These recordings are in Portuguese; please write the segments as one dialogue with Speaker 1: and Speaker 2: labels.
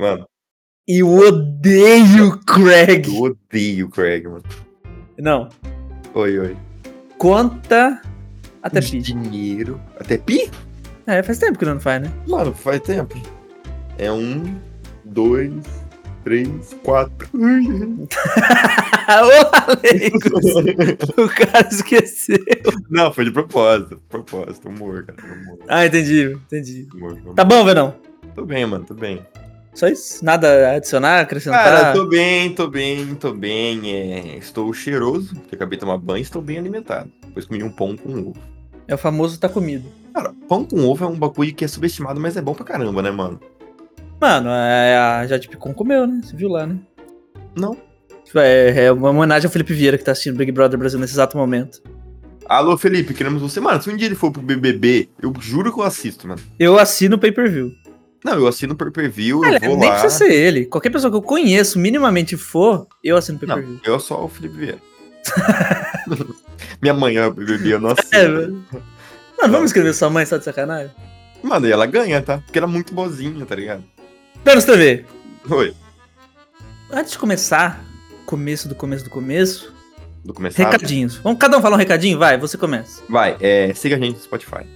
Speaker 1: Mano,
Speaker 2: Eu odeio o Craig.
Speaker 1: eu odeio o Craig, mano.
Speaker 2: Não.
Speaker 1: Oi, oi.
Speaker 2: Conta até
Speaker 1: De
Speaker 2: pi.
Speaker 1: Dinheiro. Até pi?
Speaker 2: É, faz tempo que não faz, né?
Speaker 1: Mano, faz tempo. É um, dois, três, quatro.
Speaker 2: Ô, Alecos! o cara esqueceu.
Speaker 1: Não, foi de propósito. Propósito, humor, cara. Humor,
Speaker 2: Ah, entendi, entendi.
Speaker 1: humor, humor.
Speaker 2: Tá bom, Verão?
Speaker 1: Tô bem, mano, tô bem.
Speaker 2: Só isso? Nada a adicionar, acrescentar?
Speaker 1: Cara, tô bem, tô bem, tô bem. é, estou cheiroso, porque acabei de tomar banho e estou bem alimentado. Depois comi um pão com ovo.
Speaker 2: É o famoso tá comido.
Speaker 1: Cara, pão com ovo é um bagulho que é subestimado, mas é bom pra caramba, né, mano?
Speaker 2: Mano, é, a Jade Picon comeu, né? Você viu lá, né?
Speaker 1: Não.
Speaker 2: É, é uma homenagem ao Felipe Vieira que tá assistindo Big Brother Brasil nesse exato momento.
Speaker 1: Alô, Felipe, queremos você. Mano, se um dia ele for pro BBB, eu juro que eu assisto, mano.
Speaker 2: Eu assino o pay-per-view.
Speaker 1: Não, eu assino por preview,
Speaker 2: Olha,
Speaker 1: eu
Speaker 2: nem
Speaker 1: vou lá.
Speaker 2: precisa ser ele. Qualquer pessoa que eu conheço, minimamente for, eu assino o pay-per-view.
Speaker 1: Não, eu sou o Felipe Vieira. Minha mãe é o BBB, eu não assino.
Speaker 2: É, velho. Mano, vamos escrever sua mãe, só de sacanagem?
Speaker 1: Mano, e ela ganha, tá? Porque ela é muito boazinha, tá ligado?
Speaker 2: Danos TV,
Speaker 1: Oi,
Speaker 2: antes de começar, começo do começo do começo,
Speaker 1: do começar.
Speaker 2: recadinhos. Vamos cada um falar um recadinho? Vai, você começa.
Speaker 1: Vai, é, siga a gente no Spotify.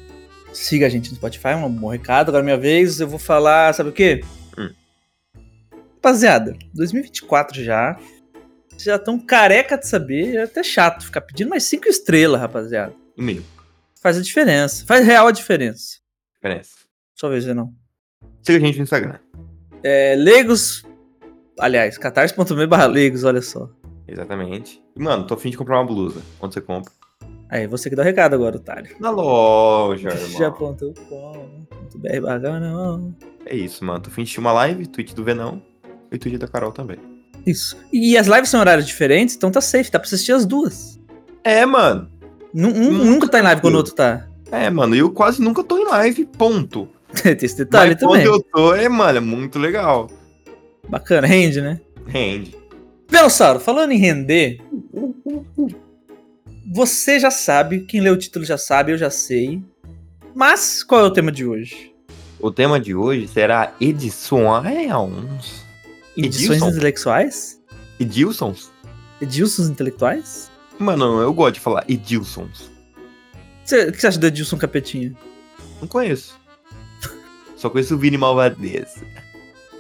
Speaker 2: Siga a gente no Spotify, é um bom recado. Agora, minha vez, eu vou falar, sabe o quê?
Speaker 1: Hum.
Speaker 2: Rapaziada, 2024 já. Vocês já estão careca de saber, é até chato ficar pedindo mais cinco estrelas, rapaziada.
Speaker 1: Mesmo,
Speaker 2: Faz a diferença, faz real a diferença.
Speaker 1: parece.
Speaker 2: Só veja, não.
Speaker 1: Siga a gente no Instagram.
Speaker 2: É, leigos, aliás, catarse.me barra leigos, olha só.
Speaker 1: Exatamente. E, Mano, tô afim de comprar uma blusa. Onde você compra?
Speaker 2: Aí, você que dá o recado agora, otário.
Speaker 1: Na loja, irmão.
Speaker 2: Japão.com.br barra não.
Speaker 1: É isso, mano. Tô afim de assistir uma live, tweet do Venão e tweet da Carol também.
Speaker 2: Isso. E as lives são em horários diferentes, então tá safe, dá pra assistir as duas.
Speaker 1: É, mano.
Speaker 2: Nu- um-
Speaker 1: Hum,
Speaker 2: nunca tá em live quando o outro tá.
Speaker 1: É, mano. Eu quase nunca tô em live, ponto.
Speaker 2: Tem esse detalhe
Speaker 1: Mas
Speaker 2: também.
Speaker 1: quando eu tô, é, mano, é muito legal.
Speaker 2: Bacana, rende, né?
Speaker 1: Rende.
Speaker 2: Venossauro, falando em render, você já sabe, quem leu o título já sabe, eu já sei. Mas qual é o tema de hoje?
Speaker 1: O tema de hoje será edições.
Speaker 2: Edições
Speaker 1: Edilson.
Speaker 2: intelectuais?
Speaker 1: Edilsons?
Speaker 2: Edilsons intelectuais?
Speaker 1: Mano, eu gosto de falar Edilsons.
Speaker 2: Cê- O que você acha do Edilson Capetinha?
Speaker 1: Não conheço. Só conheço o Vini Malvadez.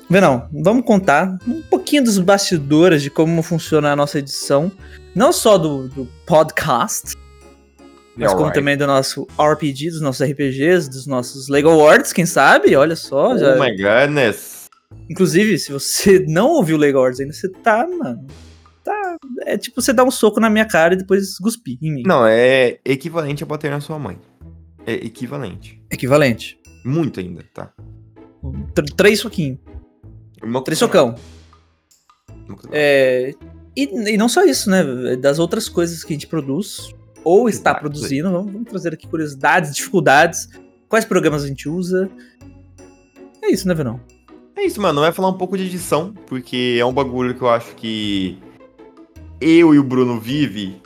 Speaker 2: Verão, vamos contar um pouquinho dos bastidores de como funciona a nossa edição. Não só do, do podcast, mas como
Speaker 1: Alright.
Speaker 2: também do nosso RPG, dos nossos RPGs, dos nossos Lego Awards, quem sabe? Olha só. já-
Speaker 1: Oh my goodness.
Speaker 2: Inclusive, se você não ouviu o Lego Awards ainda, você tá, mano. Tá. É tipo você dar um soco na minha cara e depois cuspir em mim.
Speaker 1: Não, é equivalente a bater na sua mãe. É equivalente.
Speaker 2: Equivalente.
Speaker 1: Muito ainda, tá?
Speaker 2: Tr- três soquinhos.
Speaker 1: Uma-
Speaker 2: Três socão.
Speaker 1: uma-
Speaker 2: É, e, e não só isso, né? Das outras coisas que a gente produz, ou está
Speaker 1: Exato.
Speaker 2: produzindo, vamos, vamos trazer aqui curiosidades, dificuldades, quais programas a gente usa. É isso, né, Verão?
Speaker 1: É isso, mano. Vai falar um pouco de edição, porque é um bagulho que eu acho que eu e o Bruno vive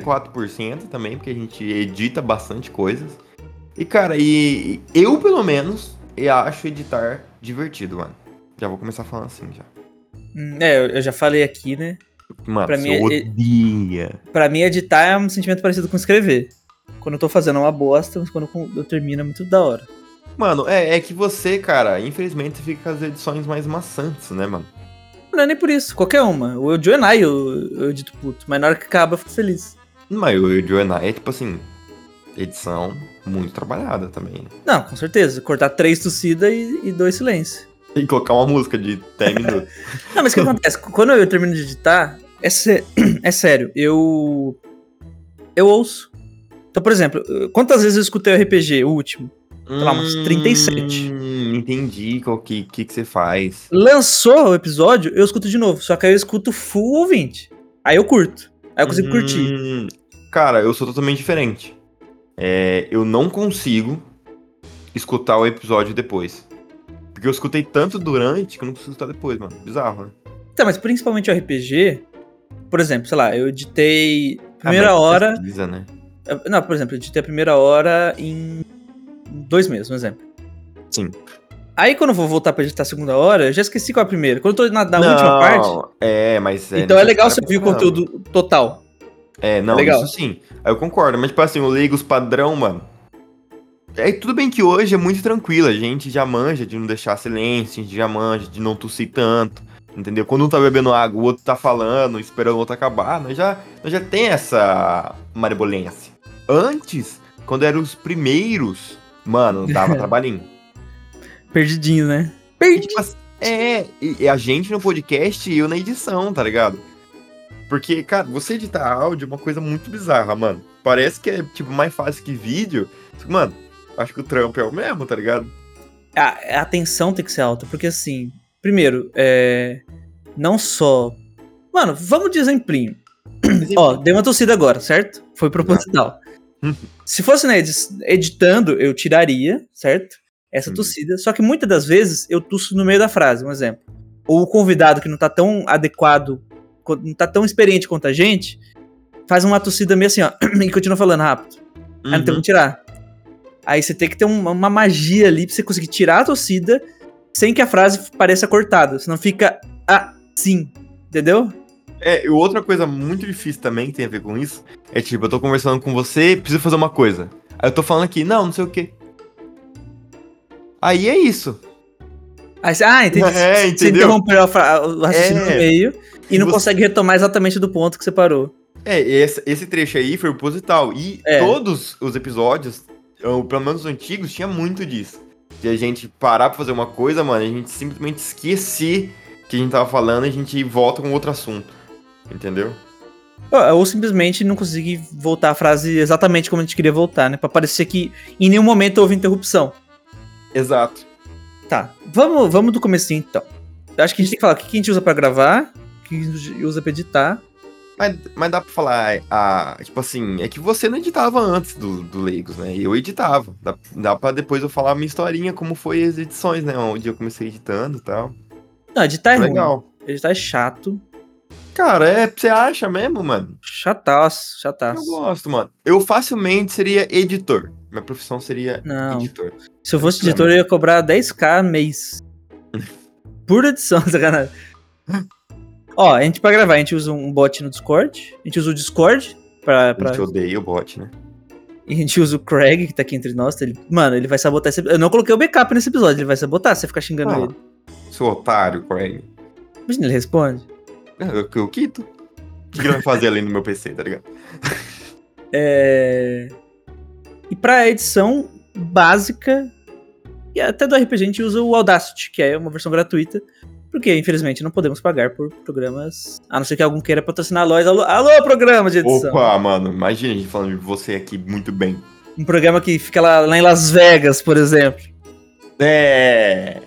Speaker 1: 94% também, porque a gente edita bastante coisas. E, cara, e eu, pelo menos, eu acho editar divertido, mano. Já vou começar falando assim, já.
Speaker 2: Hum, É, eu- eu já falei aqui, né?
Speaker 1: Mano,
Speaker 2: Pra
Speaker 1: você
Speaker 2: mim, é-
Speaker 1: odeia.
Speaker 2: Pra mim, editar é um sentimento parecido com escrever. Quando eu tô fazendo é uma bosta, mas quando eu termino é muito da hora.
Speaker 1: Mano, é, é que você, cara, infelizmente, fica com as edições mais maçantes, né, mano?
Speaker 2: Não é nem por isso, qualquer uma. O Joe and I eu, eu edito puto, mas na hora que acaba eu fico feliz.
Speaker 1: Mas o Joanai é tipo assim, edição muito trabalhada também. né?
Speaker 2: Não, com certeza. Cortar três tossidas e, e dois silêncios.
Speaker 1: E colocar uma música de 10 minutos.
Speaker 2: Não, mas o que acontece? Quando eu termino de editar, é, sé- é sério, eu. Eu ouço. Então, por exemplo, quantas vezes eu escutei o RPG, o último? lá, uns 37.
Speaker 1: Hum, entendi o que, que, que você faz.
Speaker 2: Lançou o episódio, eu escuto de novo. Só que aí eu escuto full ouvinte. Aí eu curto. Aí eu consigo curtir.
Speaker 1: Hum, Cara, eu sou totalmente diferente. É, eu não consigo escutar o episódio depois. Porque eu escutei tanto durante que eu não consigo escutar depois, mano. Bizarro, né?
Speaker 2: Tá, mas principalmente o RPG, por exemplo, sei lá, eu editei. Primeira
Speaker 1: Ah, mas
Speaker 2: hora. eh,
Speaker 1: Precisa, né?
Speaker 2: Não, por exemplo, eu editei a primeira hora em dois meses, um exemplo.
Speaker 1: Sim.
Speaker 2: Aí quando eu vou voltar pra editar a segunda hora, eu já esqueci qual é a primeira. Quando eu tô na, na última parte.
Speaker 1: É, mas. É
Speaker 2: então é legal você
Speaker 1: necessário
Speaker 2: ouvir o
Speaker 1: pra caramba.
Speaker 2: conteúdo total.
Speaker 1: É, não,
Speaker 2: Legal.
Speaker 1: isso sim. Aí Eu concordo, mas tipo assim, o Legos padrão, mano. É, tudo bem que hoje é muito tranquilo, a gente já manja de não deixar silêncio, a gente já manja de não tossir tanto, entendeu? Quando um tá bebendo água, o outro tá falando, esperando o outro acabar, Ah, nós já, nós já tem essa maribolência. Antes, quando eram os primeiros, mano, dava trabalhinho.
Speaker 2: Perdidinho, né?
Speaker 1: E, tipo assim, é, e- e a gente no podcast e eu na edição, tá ligado? Porque, cara, você editar áudio é uma coisa muito bizarra, mano. Parece que é, tipo, mais fácil que vídeo. Só que, Mano, acho que o trampo é o mesmo, tá ligado?
Speaker 2: a, a atenção tem que ser alta, porque assim, primeiro, é, não só. Mano, vamos de exemplinho. Ó, dei uma torcida agora, certo? Foi proposital.
Speaker 1: Uhum.
Speaker 2: Se fosse né, edi- editando, eu tiraria, certo? Essa
Speaker 1: Uhum.
Speaker 2: torcida. Só que muitas das vezes eu tuço no meio da frase, um exemplo. Ou o convidado que não tá tão adequado, co- não tá tão experiente quanto a gente, faz uma torcida meio assim, ó, e continua falando rápido. Aí não é, tem
Speaker 1: Uhum.
Speaker 2: como tirar. Aí você tem que ter um, uma, uma magia ali pra você conseguir tirar a torcida sem que a frase pareça cortada. Senão fica assim. Entendeu?
Speaker 1: É, e outra coisa muito difícil também que tem a ver com isso é tipo, eu tô conversando com você, preciso fazer uma coisa. Aí eu tô falando aqui, não, não sei o quê. Aí é isso.
Speaker 2: Aí você, ah, entendi.
Speaker 1: É,
Speaker 2: Você- você
Speaker 1: entendeu?
Speaker 2: interrompeu a fra- o raciocínio
Speaker 1: É.
Speaker 2: no meio e não
Speaker 1: Você-
Speaker 2: consegue retomar exatamente do ponto que você parou.
Speaker 1: É, esse, esse trecho aí foi proposital. E
Speaker 2: É.
Speaker 1: todos os episódios, ou pelo menos os antigos, tinha muito disso. De a gente parar pra fazer uma coisa, mano, e a gente simplesmente esquecer que a gente tava falando e a gente volta com outro assunto. Entendeu?
Speaker 2: Ou, ou simplesmente não conseguir voltar a frase exatamente como a gente queria voltar, né? Pra parecer que em nenhum momento houve interrupção.
Speaker 1: Exato.
Speaker 2: Tá, vamos, vamos do comecinho então. Eu acho que a gente tem que falar o que que a gente usa pra gravar, o que a gente usa pra editar.
Speaker 1: Mas, mas dá pra falar, ah, tipo assim, é que você não editava antes do, do Leigos, né? Eu editava. Dá, dá pra depois eu falar a minha historinha, como foi as edições, né? Onde eu comecei editando e tal.
Speaker 2: Não, editar é ruim.
Speaker 1: Legal.
Speaker 2: Editar é chato.
Speaker 1: Cara, é, você acha mesmo, mano?
Speaker 2: Chataço,
Speaker 1: Eu
Speaker 2: chataço.
Speaker 1: gosto, mano. Eu facilmente seria editor. Minha profissão seria
Speaker 2: Não.
Speaker 1: editor.
Speaker 2: Se eu fosse editor, eu ia cobrar 10k mês. Por edição, sacanagem. Ó, a gente pra gravar, a gente usa um bot no Discord. A gente usa o Discord pra. pra-
Speaker 1: A gente odeia o bot, né?
Speaker 2: E a gente usa o Craig, que tá aqui entre nós. Ele... Mano, ele vai sabotar esse. Eu não coloquei o backup nesse episódio, ele vai sabotar se você ficar xingando
Speaker 1: Ah.
Speaker 2: ele.
Speaker 1: Seu otário, Craig.
Speaker 2: Imagina, ele responde.
Speaker 1: Eu, eu quito. O que que ele vai fazer além do meu PC, tá ligado?
Speaker 2: É... E pra edição básica, e até do RPG, a gente usa o Audacity, que é uma versão gratuita, porque infelizmente não podemos pagar por programas, a não ser que algum queira patrocinar nós. Alô, alô programa de edição!
Speaker 1: Opa, mano. Imagina a gente falando de você aqui muito bem.
Speaker 2: Um programa que fica lá, lá em Las Vegas, por exemplo.
Speaker 1: É.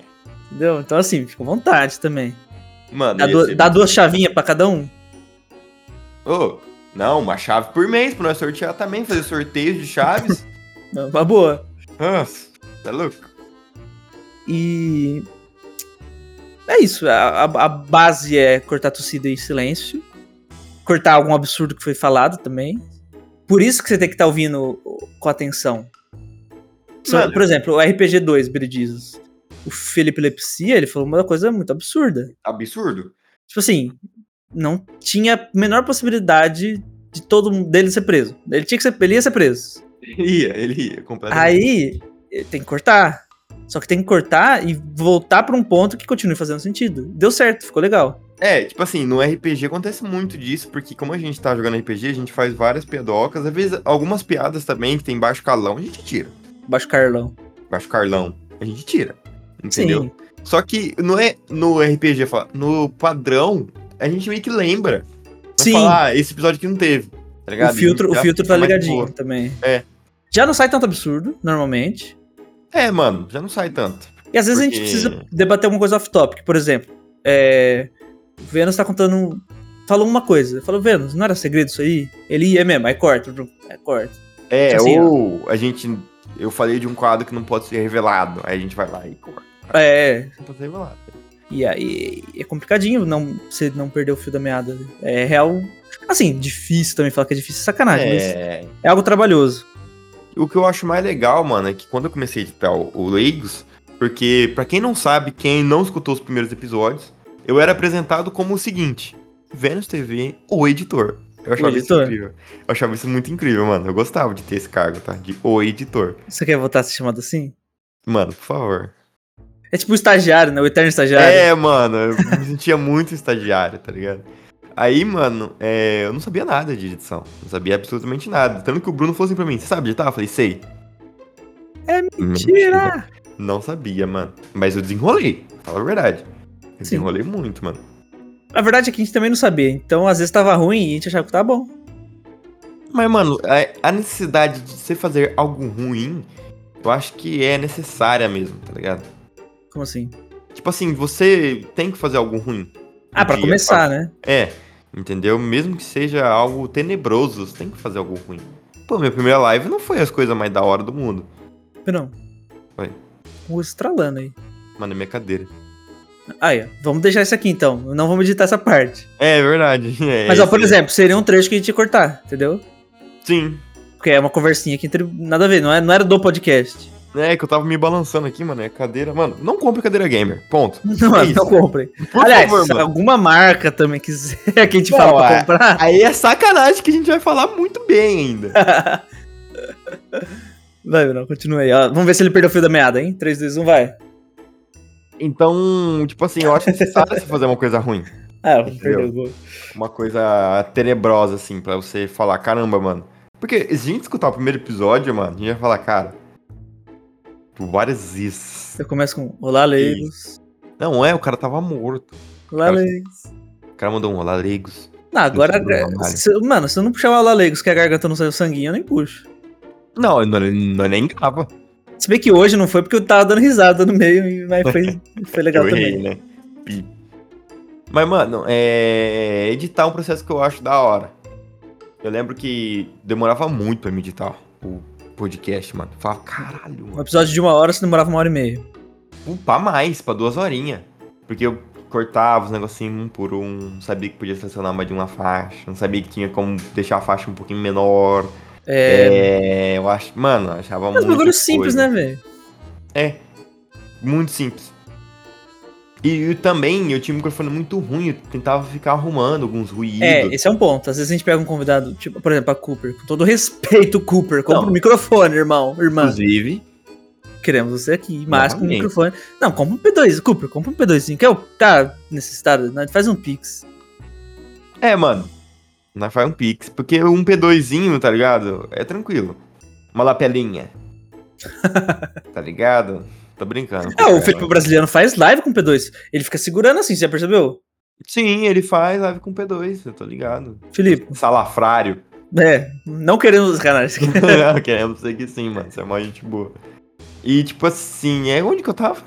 Speaker 2: Entendeu? Então, assim, fica à vontade também.
Speaker 1: Mano,
Speaker 2: Dá,
Speaker 1: ia
Speaker 2: du-
Speaker 1: ser-
Speaker 2: dá duas chavinhas pra cada um.
Speaker 1: Ô, não, uma chave por mês pra nós sortear também, fazer sorteios de chaves.
Speaker 2: Não, É Uma boa.
Speaker 1: Nossa, tá louco?
Speaker 2: E. É isso. A, a- a base é cortar tossida e silêncio. Cortar algum absurdo que foi falado também. Por isso que você tem que estar ouvindo com atenção. Só-
Speaker 1: Mano.
Speaker 2: por exemplo, o RPG 2, Bridizos. O Felipe Lepsia, ele falou uma coisa muito absurda.
Speaker 1: Absurdo.
Speaker 2: Tipo assim, não tinha a menor possibilidade de todo mundo dele ser preso. Ele tinha que ser, ele ia ser preso.
Speaker 1: Ele ia, ele ia completamente.
Speaker 2: Aí eh, tem que cortar. Só que tem que cortar e voltar pra um ponto que continue fazendo sentido. Deu certo, ficou legal.
Speaker 1: É, tipo assim, no RPG acontece muito disso, porque como a gente tá jogando RPG, a gente faz várias pedocas, às vezes algumas piadas também que tem baixo calão, a gente tira.
Speaker 2: Baixo Carlão.
Speaker 1: Baixo carlão, a gente tira. Entendeu?
Speaker 2: Sim.
Speaker 1: Só que não é no RPG, fala- no padrão, a gente meio que lembra. Vai
Speaker 2: Sim.
Speaker 1: falar, ah, esse episódio aqui não teve. Tá
Speaker 2: O
Speaker 1: ligado?
Speaker 2: filtro, o
Speaker 1: Já
Speaker 2: filtro
Speaker 1: fica
Speaker 2: tá
Speaker 1: mais de
Speaker 2: ligadinho
Speaker 1: boa.
Speaker 2: também.
Speaker 1: É.
Speaker 2: Já não sai tanto absurdo, normalmente.
Speaker 1: É, mano, já não sai tanto.
Speaker 2: E às vezes a gente
Speaker 1: Porque-
Speaker 2: precisa debater alguma coisa off-topic. Por exemplo, é... o Vênus tá contando. Falou uma coisa. Falou, Vênus, não era segredo isso aí? Ele ia mesmo, aí corta. brum, Aí corta.
Speaker 1: É,
Speaker 2: Assim, ó.
Speaker 1: ou a gente. Eu falei de um quadro que não pode ser revelado. Aí a gente vai lá e corta.
Speaker 2: É,
Speaker 1: Não pode ser revelado.
Speaker 2: E aí é complicadinho não, você não perder o fio da meada. É real. Assim, difícil também falar que é difícil, é sacanagem, mas
Speaker 1: é,
Speaker 2: é algo trabalhoso.
Speaker 1: O que eu acho mais legal, mano, é que quando eu comecei a editar o, o Leigos, Porque, pra quem não sabe, quem não escutou os primeiros episódios, eu era apresentado como o seguinte: Vênus TV, o editor. Eu achava
Speaker 2: editor.
Speaker 1: isso incrível. Eu achava isso muito incrível, mano. Eu gostava de ter esse cargo, tá? De o editor.
Speaker 2: Você quer voltar a ser chamado assim?
Speaker 1: Mano, por favor.
Speaker 2: É tipo o estagiário, né? O eterno estagiário.
Speaker 1: É, mano, eu me sentia muito estagiário, tá ligado? Aí, mano, é, eu não sabia nada de edição. Não sabia absolutamente nada. Tanto que o Bruno falou assim pra mim, você sabe editar? Eu falei, sei.
Speaker 2: É
Speaker 1: Mentira! Não sabia, mano. Mas eu desenrolei, fala a verdade. Eu
Speaker 2: Sim.
Speaker 1: desenrolei muito, mano.
Speaker 2: A verdade é que a gente também não sabia. Então, às vezes tava ruim e a gente achava que tá bom.
Speaker 1: Mas, mano, a, a necessidade de você fazer algo ruim, eu acho que é necessária mesmo, tá ligado?
Speaker 2: Como assim?
Speaker 1: Tipo assim, você tem que fazer algo ruim.
Speaker 2: Ah, pra
Speaker 1: Dia,
Speaker 2: começar, né?
Speaker 1: É, entendeu? Mesmo que seja algo tenebroso, você tem que fazer algo ruim. Pô, minha primeira live não foi as coisas mais da hora do mundo.
Speaker 2: né? Não.
Speaker 1: Oi.
Speaker 2: O estralando aí.
Speaker 1: Mano, é minha cadeira.
Speaker 2: Aí, ó. Vamos deixar isso aqui então. Não vamos editar essa parte.
Speaker 1: É verdade. é
Speaker 2: Mas, ó,
Speaker 1: esse-
Speaker 2: por exemplo, seria um trecho que a gente ia cortar, entendeu?
Speaker 1: Sim.
Speaker 2: Porque é uma conversinha aqui entre. Nada a ver, não, é, não era do podcast.
Speaker 1: É que eu tava me balançando aqui, mano. É cadeira. Mano, não compre cadeira gamer. Ponto.
Speaker 2: Não,
Speaker 1: É isso.
Speaker 2: não comprem.
Speaker 1: Por
Speaker 2: Aliás,
Speaker 1: favor,
Speaker 2: se
Speaker 1: mano.
Speaker 2: alguma marca também quiser que a gente
Speaker 1: Não,
Speaker 2: fala pra
Speaker 1: é-
Speaker 2: comprar.
Speaker 1: Aí é sacanagem que a gente vai falar muito bem ainda.
Speaker 2: Vai, Bruno, continua aí. ó. Vamos ver se ele perdeu o fio da meada, hein? 3, 2, 1, vai.
Speaker 1: Então, tipo assim, eu acho necessário você fazer uma coisa ruim.
Speaker 2: Ah,
Speaker 1: Entendeu?
Speaker 2: perdeu o gol.
Speaker 1: Uma coisa tenebrosa, assim, pra você falar, caramba, mano. Porque se a gente escutar o primeiro episódio, mano, a gente vai falar, cara. What is this?
Speaker 2: Eu começo com Olá, leigos.
Speaker 1: Não é, o cara tava morto.
Speaker 2: Olá,
Speaker 1: Cara,
Speaker 2: leigos.
Speaker 1: O cara mandou um olá, leigos.
Speaker 2: Não, agora. é,
Speaker 1: sobrou uma malha.
Speaker 2: se- mano, se eu não puxar o Olá, leigos, que a garganta não saiu sanguinho, eu nem puxo.
Speaker 1: Não, não, não é nem grava.
Speaker 2: Se bem que hoje não foi porque eu tava dando risada no meio, mas foi, foi legal
Speaker 1: Eu
Speaker 2: também.
Speaker 1: errei, né? Pi. Mas, mano, é... editar é um processo que eu acho da hora. Eu lembro que demorava muito pra me editar o podcast, mano. Eu falava, caralho,
Speaker 2: Um
Speaker 1: mano.
Speaker 2: episódio de uma hora, se demorava uma hora e meia.
Speaker 1: Um pra mais, pra duas horinhas. Porque eu cortava os negocinhos um por um, não sabia que podia selecionar mais de uma faixa, não sabia que tinha como deixar a faixa um pouquinho menor.
Speaker 2: É.
Speaker 1: É, eu acho. Mano, eu achava
Speaker 2: mas
Speaker 1: muito.
Speaker 2: um bagulho simples,
Speaker 1: coisa.
Speaker 2: né, velho?
Speaker 1: Muito simples. E eu também eu tinha um microfone muito ruim, eu tentava ficar arrumando alguns ruídos.
Speaker 2: É, esse é um ponto. Às vezes a gente pega um convidado, tipo, por exemplo, a Cooper. Com todo respeito, Cooper, compra
Speaker 1: Não.
Speaker 2: um microfone, irmão, irmã.
Speaker 1: Inclusive,
Speaker 2: Queremos você aqui, mas com um
Speaker 1: Novamente.
Speaker 2: microfone. Não, compra um P2, Cooper, compra um P2zinho. Quer o tá necessitado? né? Faz um Pix.
Speaker 1: é, mano, nós faz um pix, porque um P2zinho, tá ligado? É tranquilo. Uma lapelinha. tá ligado? Tô brincando.
Speaker 2: Ah, o
Speaker 1: cara.
Speaker 2: Felipe Brasiliano faz live com P2. Ele fica segurando assim, você já percebeu?
Speaker 1: Sim, ele faz live com P2, eu tô ligado.
Speaker 2: Felipe,
Speaker 1: Salafrário.
Speaker 2: é, não queremos os canais.
Speaker 1: Queremos dizer que sim, mano. Você é uma gente boa. E tipo assim, é onde que eu tava?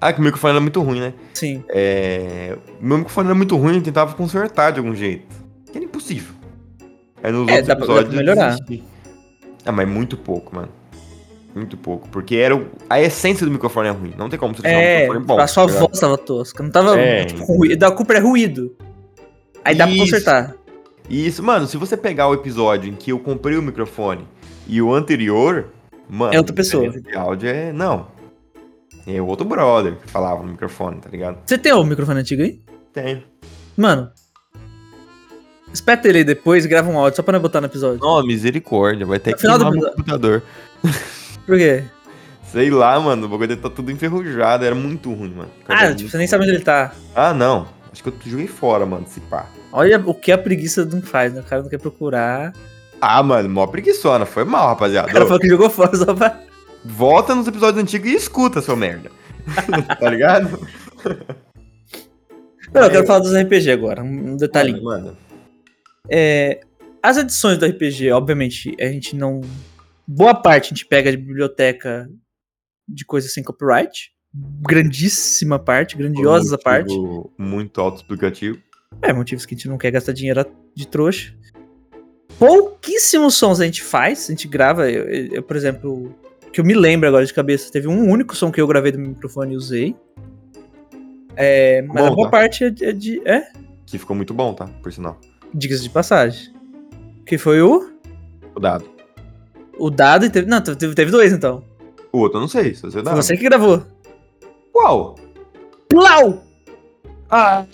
Speaker 1: Ah, que o microfone era muito ruim, né?
Speaker 2: Sim.
Speaker 1: É, meu microfone era muito ruim, eu tentava consertar de algum jeito. Que era impossível. Aí nos
Speaker 2: É,
Speaker 1: outros
Speaker 2: dá pra- dá pra
Speaker 1: episódios eu
Speaker 2: melhorar.
Speaker 1: desisti. Ah, mas muito pouco, mano. Muito pouco. Porque era o- a essência do microfone é ruim. Não tem como você deixar um
Speaker 2: É,
Speaker 1: microfone bom.
Speaker 2: a sua
Speaker 1: tá ligado?
Speaker 2: voz tava tosca. Não tava.
Speaker 1: É.
Speaker 2: Tipo, ruído. Da Cooper é ruído. Aí dá pra
Speaker 1: Isso.
Speaker 2: consertar.
Speaker 1: E isso, mano, se você pegar o episódio em que eu comprei o microfone e o anterior, mano.
Speaker 2: É outra pessoa.
Speaker 1: a diferença De áudio é. Não. É o outro brother que falava no microfone, tá ligado?
Speaker 2: Você tem o microfone antigo aí?
Speaker 1: Tem.
Speaker 2: Mano. Espeta ele aí depois e grava um áudio só pra não botar no episódio.
Speaker 1: Não, misericórdia. Vai ter que
Speaker 2: Afinal do
Speaker 1: queimar meu
Speaker 2: episódio.
Speaker 1: computador.
Speaker 2: Por quê?
Speaker 1: Sei lá, mano, o bagulho tá tudo enferrujado, era muito ruim, mano.
Speaker 2: Ah, tipo, você nem sabe onde ele tá.
Speaker 1: Ah, não. Acho que eu joguei fora, mano, esse pá.
Speaker 2: Olha o que a preguiça não faz, né? O cara não quer procurar.
Speaker 1: Ah, mano, mó preguiçona, foi mal,
Speaker 2: O
Speaker 1: rapaziada.
Speaker 2: cara
Speaker 1: Ô,
Speaker 2: falou que jogou fora só pra.
Speaker 1: Volta nos episódios antigos e escuta, seu merda. tá ligado?
Speaker 2: Não, eu quero falar dos RPG agora. Um detalhinho.
Speaker 1: Mano,
Speaker 2: É, as edições do RPG, obviamente, a gente não. Boa parte a gente pega de biblioteca de coisas sem copyright. Grandíssima parte, grandiosa
Speaker 1: por
Speaker 2: parte.
Speaker 1: motivo Muito autoexplicativo.
Speaker 2: É, motivos que a gente não quer gastar dinheiro de trouxa. Pouquíssimos sons a gente faz, a gente grava. Eu, eu- eu, por exemplo, que eu me lembro agora de cabeça, teve um único som que eu gravei do meu microfone e usei. É, mas a
Speaker 1: Bom,
Speaker 2: boa
Speaker 1: tá.
Speaker 2: parte é de. É, de- é?
Speaker 1: Que ficou muito bom, tá? Por sinal.
Speaker 2: Dicas de passagem. Que foi o.
Speaker 1: O dado.
Speaker 2: O dado e teve. Não, teve, teve dois então.
Speaker 1: O outro eu não sei, se você dá. né?
Speaker 2: Foi você que gravou.
Speaker 1: Qual?
Speaker 2: Plau!
Speaker 1: Ah,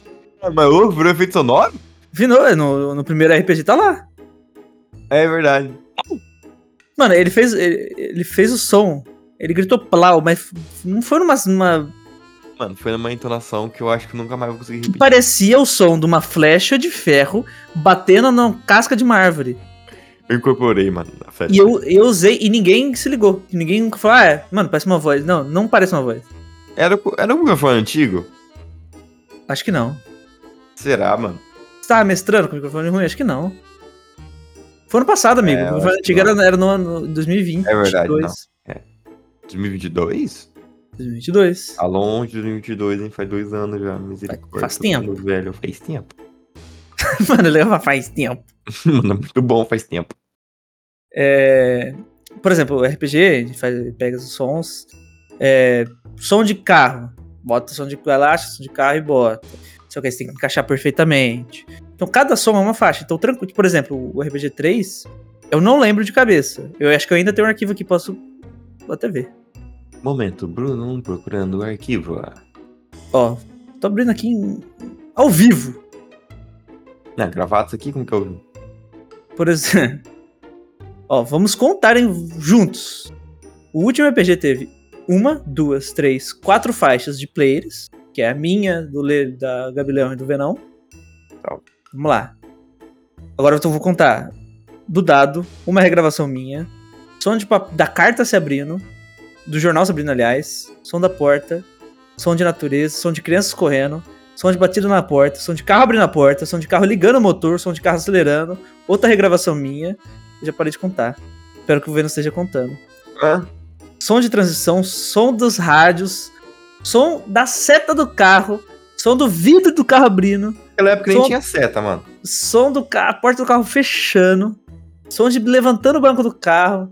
Speaker 1: mas ô, virou efeito sonoro?
Speaker 2: Vinou, é, no, no primeiro RPG tá lá.
Speaker 1: É verdade.
Speaker 2: Mano, ele fez, ele, ele fez o som. Ele gritou plau, mas f- não foi numa, numa.
Speaker 1: Mano, foi numa entonação que eu acho que nunca mais vou conseguir repetir.
Speaker 2: Parecia o som de uma flecha de ferro batendo na casca de uma árvore.
Speaker 1: Eu incorporei, mano, na festa.
Speaker 2: E eu, eu usei e ninguém se ligou. Ninguém nunca falou, ah, é, mano, parece uma voz. Não, não parece uma voz.
Speaker 1: Era, o- era um microfone antigo?
Speaker 2: Acho que não.
Speaker 1: Será, mano?
Speaker 2: Você tava mestrando com microfone ruim? Acho que não. Foi ano passado, amigo.
Speaker 1: É,
Speaker 2: o
Speaker 1: eu
Speaker 2: microfone
Speaker 1: acho
Speaker 2: antigo
Speaker 1: que não.
Speaker 2: era, era no ano 2020.
Speaker 1: É verdade,
Speaker 2: 22,
Speaker 1: não. 2022?
Speaker 2: 2022.
Speaker 1: Tá longe de 2022, hein? Faz dois anos já. Misericórdia.
Speaker 2: Faz
Speaker 1: tô ficando
Speaker 2: tempo.
Speaker 1: Velho, faz tempo.
Speaker 2: Mano, leva faz tempo.
Speaker 1: Mano, é muito bom, faz tempo.
Speaker 2: É, por exemplo, o RPG, a gente faz, pega os sons. é, som de carro. Bota som de relaxa, som de carro e bota. Só que aí você tem que encaixar perfeitamente. Então cada som é uma faixa. Então, tranquilo. Por exemplo, o RPG 3, eu não lembro de cabeça. Eu acho que eu ainda tenho um arquivo aqui, posso vou até ver.
Speaker 1: Momento, Bruno procurando o arquivo. ah.
Speaker 2: Ó, tô abrindo aqui em- ao vivo,
Speaker 1: Não, gravados aqui, como que eu.
Speaker 2: por exemplo. Ó, vamos contar em- juntos. O último RPG teve uma, duas, três, quatro faixas de players, que é a minha, do Le, da Gabilão e do Venão.
Speaker 1: Tá.
Speaker 2: Vamos lá. Agora eu tô- vou contar. Do dado, uma regravação minha, som de pap- da carta se abrindo, do jornal se abrindo, aliás, som da porta, som de natureza, som de crianças correndo, som de batida na porta, som de carro abrindo a porta, som de carro ligando o motor, som de carro acelerando, outra regravação minha, eu já parei de contar. Espero que o governo esteja contando.
Speaker 1: Hã?
Speaker 2: Som de transição, som dos rádios, som da seta do carro, som do vidro do carro abrindo,
Speaker 1: Naquela época nem
Speaker 2: Só-
Speaker 1: tinha seta, mano.
Speaker 2: som do ca- a porta do carro fechando, som de levantando o banco do carro,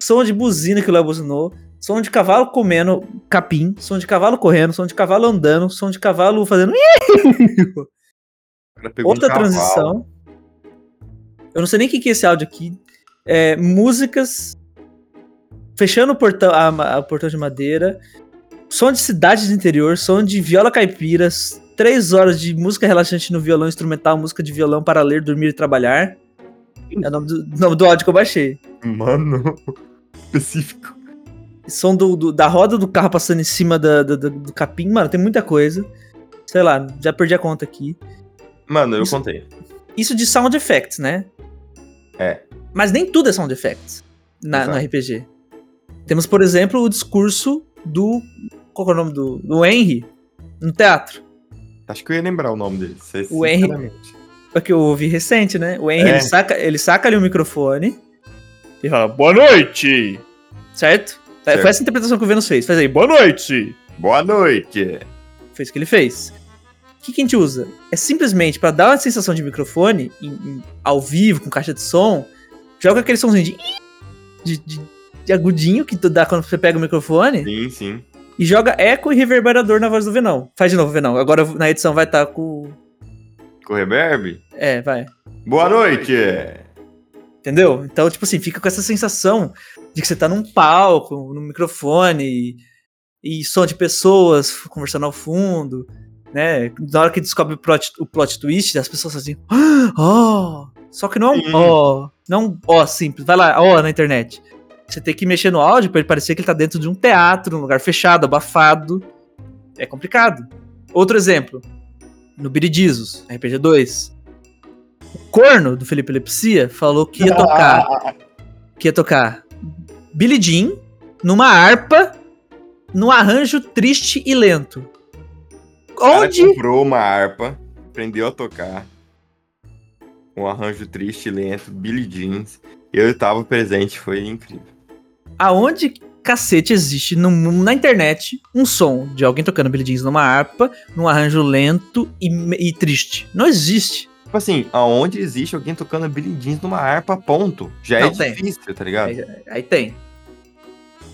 Speaker 2: som de buzina que o Léo buzinou, som de cavalo comendo capim, som de cavalo correndo, som de cavalo andando, som de cavalo fazendo
Speaker 1: O cara pegou um
Speaker 2: outra
Speaker 1: cavalo.
Speaker 2: transição. Eu não sei nem o que que é esse áudio aqui. É, músicas. Fechando o portão, a ma- o portão de madeira. Som de cidade de interior, som de viola caipiras. Três horas de música relaxante no violão instrumental, música de violão para ler, dormir e trabalhar. É o nome do, nome do áudio que eu baixei.
Speaker 1: Mano, específico.
Speaker 2: Som do, do- da roda do carro passando em cima da- da- da- do capim, mano, tem muita coisa. Sei lá, já perdi a conta aqui.
Speaker 1: Mano, eu
Speaker 2: Isso-
Speaker 1: contei.
Speaker 2: isso de sound effects, né?
Speaker 1: É.
Speaker 2: Mas nem tudo é sound effects na, no
Speaker 1: Exato.
Speaker 2: RPG. Temos, por exemplo, o discurso do. Qual que é o nome do. Do Henry, no teatro.
Speaker 1: Acho que eu ia lembrar o nome dele. sei
Speaker 2: O Henry-
Speaker 1: sinceramente.
Speaker 2: Foi que eu ouvi recente, né? O Henry,
Speaker 1: É.
Speaker 2: ele, saca, ele saca ali o microfone e fala: Boa noite! Certo?
Speaker 1: Certo.
Speaker 2: Foi essa interpretação que o Vênus fez. Faz aí: Boa noite!
Speaker 1: Boa noite.
Speaker 2: Foi isso que ele fez. O que, que a gente usa? É simplesmente pra dar uma sensação de microfone em- em- ao vivo, com caixa de som, joga aquele somzinho de, de, de- de agudinho que tu dá quando você pega o microfone
Speaker 1: Sim, sim.
Speaker 2: e joga eco e reverberador na voz do Venão. Faz de novo, Venão. Agora na edição vai estar com.
Speaker 1: Com reverb?
Speaker 2: É, vai.
Speaker 1: Boa noite.
Speaker 2: Entendeu? Então, tipo assim, fica com essa sensação de que você tá num palco, num microfone, e, e som de pessoas f- conversando ao fundo, né? Na hora que descobre o plot, o plot twist, as pessoas fazem assim, oh! Só que não é
Speaker 1: Sim.
Speaker 2: um ó, não é um ó simples, vai lá, ó na internet. Você tem que mexer no áudio pra ele parecer que ele tá dentro de um teatro, num lugar fechado, abafado. É complicado. Outro exemplo, no Biridizos, RPG 2. O corno do Felipe Epilepsia falou que ia tocar que ia tocar Billy Jean numa harpa, num arranjo triste e lento.
Speaker 1: O
Speaker 2: Onde?
Speaker 1: cara comprou uma harpa, aprendeu a tocar. Um arranjo triste e lento, Billy Jeans. Eu tava presente, foi incrível.
Speaker 2: Aonde cacete existe no mu- na internet um som de alguém tocando Billy Jeans numa harpa, num arranjo lento e, me- e triste? Não existe.
Speaker 1: Tipo assim, aonde existe alguém tocando Billy Jeans numa harpa, ponto. Já é
Speaker 2: Não tem. É.
Speaker 1: difícil, tá ligado?
Speaker 2: Aí tem.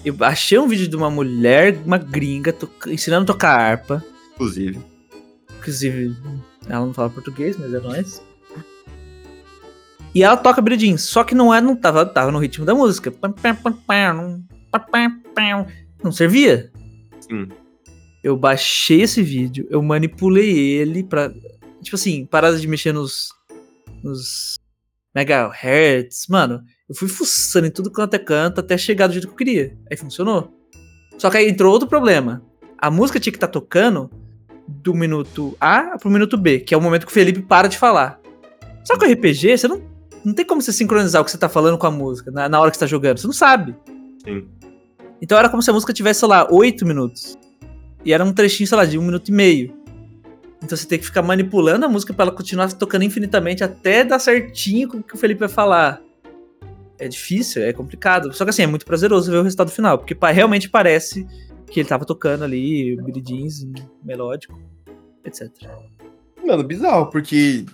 Speaker 2: Eu achei um vídeo de uma mulher, uma gringa, toca- ensinando a tocar harpa.
Speaker 1: Inclusive.
Speaker 2: Inclusive, ela não fala português, mas é nóis. E ela toca Billie Jean, só que não é, não tava, tava no ritmo da música. Pam, pam, pam, pam, pam, pam, pam. Não servia.
Speaker 1: Sim.
Speaker 2: Eu baixei esse vídeo, eu manipulei ele pra. Tipo assim, parada de mexer nos. nos. megahertz. Mano, eu fui fuçando em tudo quanto é canto até chegar do jeito que eu queria. Aí funcionou. Só que aí entrou outro problema. A música tinha que estar tá tocando do minuto A pro minuto B, que é o momento que o Felipe para de falar. Só que o RPG, você não, não tem como você sincronizar o que você tá falando com a música na, na hora que você tá jogando. Você não sabe.
Speaker 1: Sim.
Speaker 2: Então era como se a música tivesse, sei lá, 8 minutos. E era um trechinho, sei lá, de um minuto e meio. Então você tem que ficar manipulando a música para ela continuar tocando infinitamente até dar certinho com o que o Felipe vai falar. É difícil, é complicado. Só que assim, é muito prazeroso ver o resultado final, porque pa- realmente parece que ele tava tocando ali, Billy Jeans, melódico, etc.
Speaker 1: Mano, bizarro, porque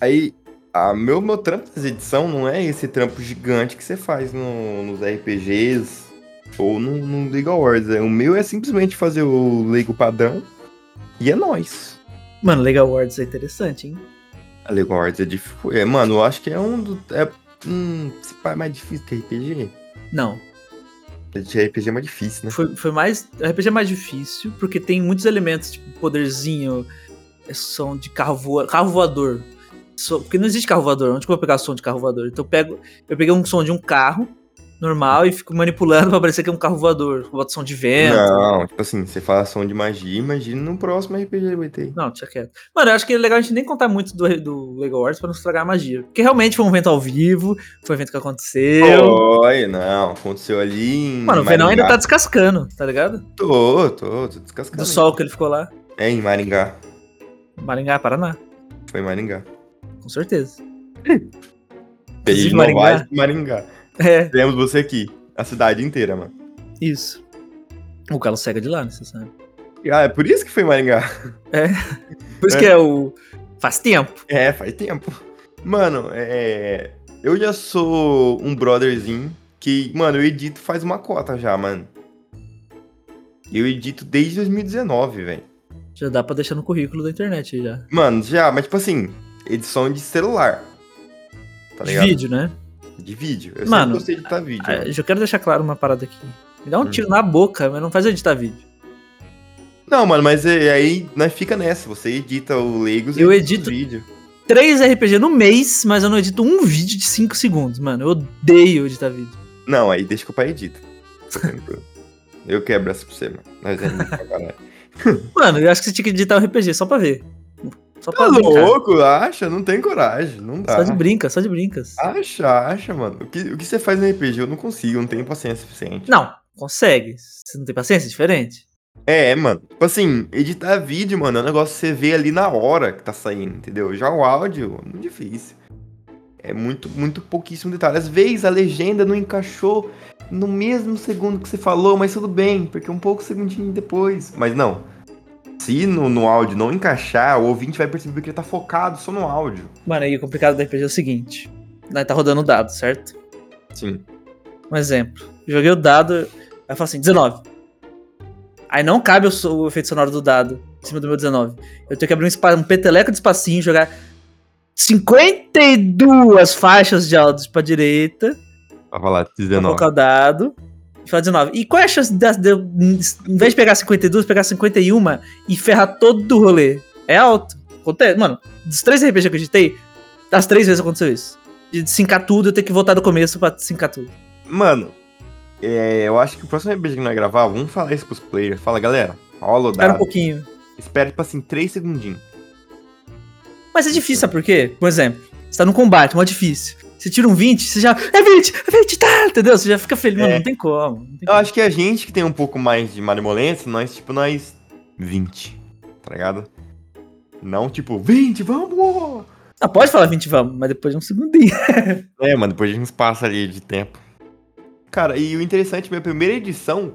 Speaker 1: aí a meu, meu trampo das edição não é esse trampo gigante que você faz no- nos RPGs ou no, no League of Wars. O meu é simplesmente fazer o Lego padrão e é nóis.
Speaker 2: Mano, Legal Awards é interessante, hein?
Speaker 1: A Lego Wars é difícil. É, mano, eu acho que é um do. É, hum, se pá, é mais difícil que RPG.
Speaker 2: Não,
Speaker 1: De RPG é mais difícil, né?
Speaker 2: foi, foi mais. O RPG é mais difícil, porque tem muitos elementos, tipo, poderzinho, é som de carro, voa, carro voador. So- porque não existe carro voador, onde que eu vou pegar som de carro voador? Então eu pego. Eu peguei um som de um carro normal e fico manipulando pra parecer que é um carro voador. Eu boto som de vento.
Speaker 1: Não, tipo assim, você fala som de magia, imagina no próximo RPG vai ter.
Speaker 2: Não, deixa quieto. Mano, eu acho que é legal a gente nem contar muito do, do Lego Wars pra não estragar a magia. Porque realmente foi um evento ao vivo, foi um evento que aconteceu.
Speaker 1: Oi, não, aconteceu ali em.
Speaker 2: Mano, o Venão ainda tá
Speaker 1: Maringá.
Speaker 2: descascando, tá ligado?
Speaker 1: Tô, tô, tô descascando.
Speaker 2: Do
Speaker 1: aí.
Speaker 2: sol que ele ficou lá.
Speaker 1: É, em Maringá.
Speaker 2: Maringá, Paraná,
Speaker 1: Foi em Maringá.
Speaker 2: com certeza.
Speaker 1: Feliz
Speaker 2: Inclusive,
Speaker 1: Novaes de Maringá.
Speaker 2: É,
Speaker 1: Temos você aqui. A cidade inteira, mano.
Speaker 2: isso. O Galo cega de lá, né, você sabe?
Speaker 1: Ah, é por isso que foi em Maringá.
Speaker 2: Por isso
Speaker 1: É.
Speaker 2: que é o. Faz tempo.
Speaker 1: É, faz tempo. Mano, é. Eu já sou um brotherzinho que, mano, eu edito faz uma cota já, mano. Eu edito desde 2019, velho.
Speaker 2: Já dá pra deixar no currículo da internet aí já.
Speaker 1: Mano, já, mas tipo assim, edição de celular. Tá
Speaker 2: De
Speaker 1: ligado?
Speaker 2: vídeo, né?
Speaker 1: De vídeo. Eu
Speaker 2: Mano,
Speaker 1: sempre gostei de editar vídeo.
Speaker 2: Ah,
Speaker 1: mano.
Speaker 2: eu já quero deixar claro uma parada aqui. Me dá um
Speaker 1: Hum.
Speaker 2: tiro na boca, mas não faz eu editar vídeo.
Speaker 1: Não, mano, mas é- aí nós fica nessa. Você edita o Legos
Speaker 2: Eu
Speaker 1: edita os
Speaker 2: edito-
Speaker 1: vídeo.
Speaker 2: três RPG no mês, mas eu não edito um vídeo de 5 segundos, mano. Eu odeio editar vídeo.
Speaker 1: Não, aí deixa que o pai edita. eu quebro essa pra você, mano. Nós é amigo pra caralho.
Speaker 2: Mano, eu acho que você tinha que editar o RPG só pra ver. Só
Speaker 1: Tá
Speaker 2: pra brincar.
Speaker 1: louco? Acha? Não tem coragem. Não dá.
Speaker 2: Só de brinca, só de brincas.
Speaker 1: Acha, acha, mano. O que, o que você faz no RPG? Eu não consigo, eu não tenho paciência suficiente.
Speaker 2: Não, consegue. Você não tem paciência? É diferente.
Speaker 1: É, mano. Tipo assim, editar vídeo, mano, é um negócio que você vê ali na hora que tá saindo, entendeu? Já o áudio, é muito difícil. É muito, muito pouquíssimo detalhe. Às vezes a legenda não encaixou no mesmo segundo que você falou, mas tudo bem, porque um pouco segundinho depois. Mas não. Se no, no áudio não encaixar, o ouvinte vai perceber que ele tá focado só no áudio.
Speaker 2: Mano, aí o complicado do RPG é o seguinte. Nós tá rodando o dado, certo?
Speaker 1: Sim.
Speaker 2: Um exemplo. Joguei o dado, aí fala assim, 19. Aí não cabe o, so- o efeito sonoro do dado em cima do meu 19. Eu tenho que abrir um, espa- um peteleco de espacinho, jogar 52 faixas de áudio pra direita.
Speaker 1: Pra falar
Speaker 2: Pra
Speaker 1: 19.
Speaker 2: colocar o dado. E falar 19. E qual é a chance de, de, eu, em vez de pegar 52, pegar 51 e ferrar todo o rolê? É alto. Acontece. Mano, dos três RPG que eu editei, das três vezes aconteceu isso. De sincar tudo, eu ter que voltar do começo pra sincar tudo.
Speaker 1: Mano, é, eu acho que o próximo RPG que nós gravar, vamos falar isso pros players. Fala, galera, olha o
Speaker 2: Espera um
Speaker 1: dado.
Speaker 2: pouquinho.
Speaker 1: Espera, tipo assim, 3 segundinhos.
Speaker 2: Mas é difícil, sabe por quê? Por exemplo, você tá num combate, mó difícil. Você tira um 20, você já. É 20, é 20, tá! Entendeu? Você já fica feliz. Mano,
Speaker 1: É.
Speaker 2: não tem como. Não tem
Speaker 1: Eu
Speaker 2: como.
Speaker 1: acho que a gente que tem um pouco mais de malemolência, nós, tipo, nós 20, tá ligado? Não, tipo, 20, vamos!
Speaker 2: Ah, pode falar 20, vamos, mas depois de um segundinho.
Speaker 1: É, mano, depois a gente passa ali de tempo. Cara, e o interessante, minha primeira edição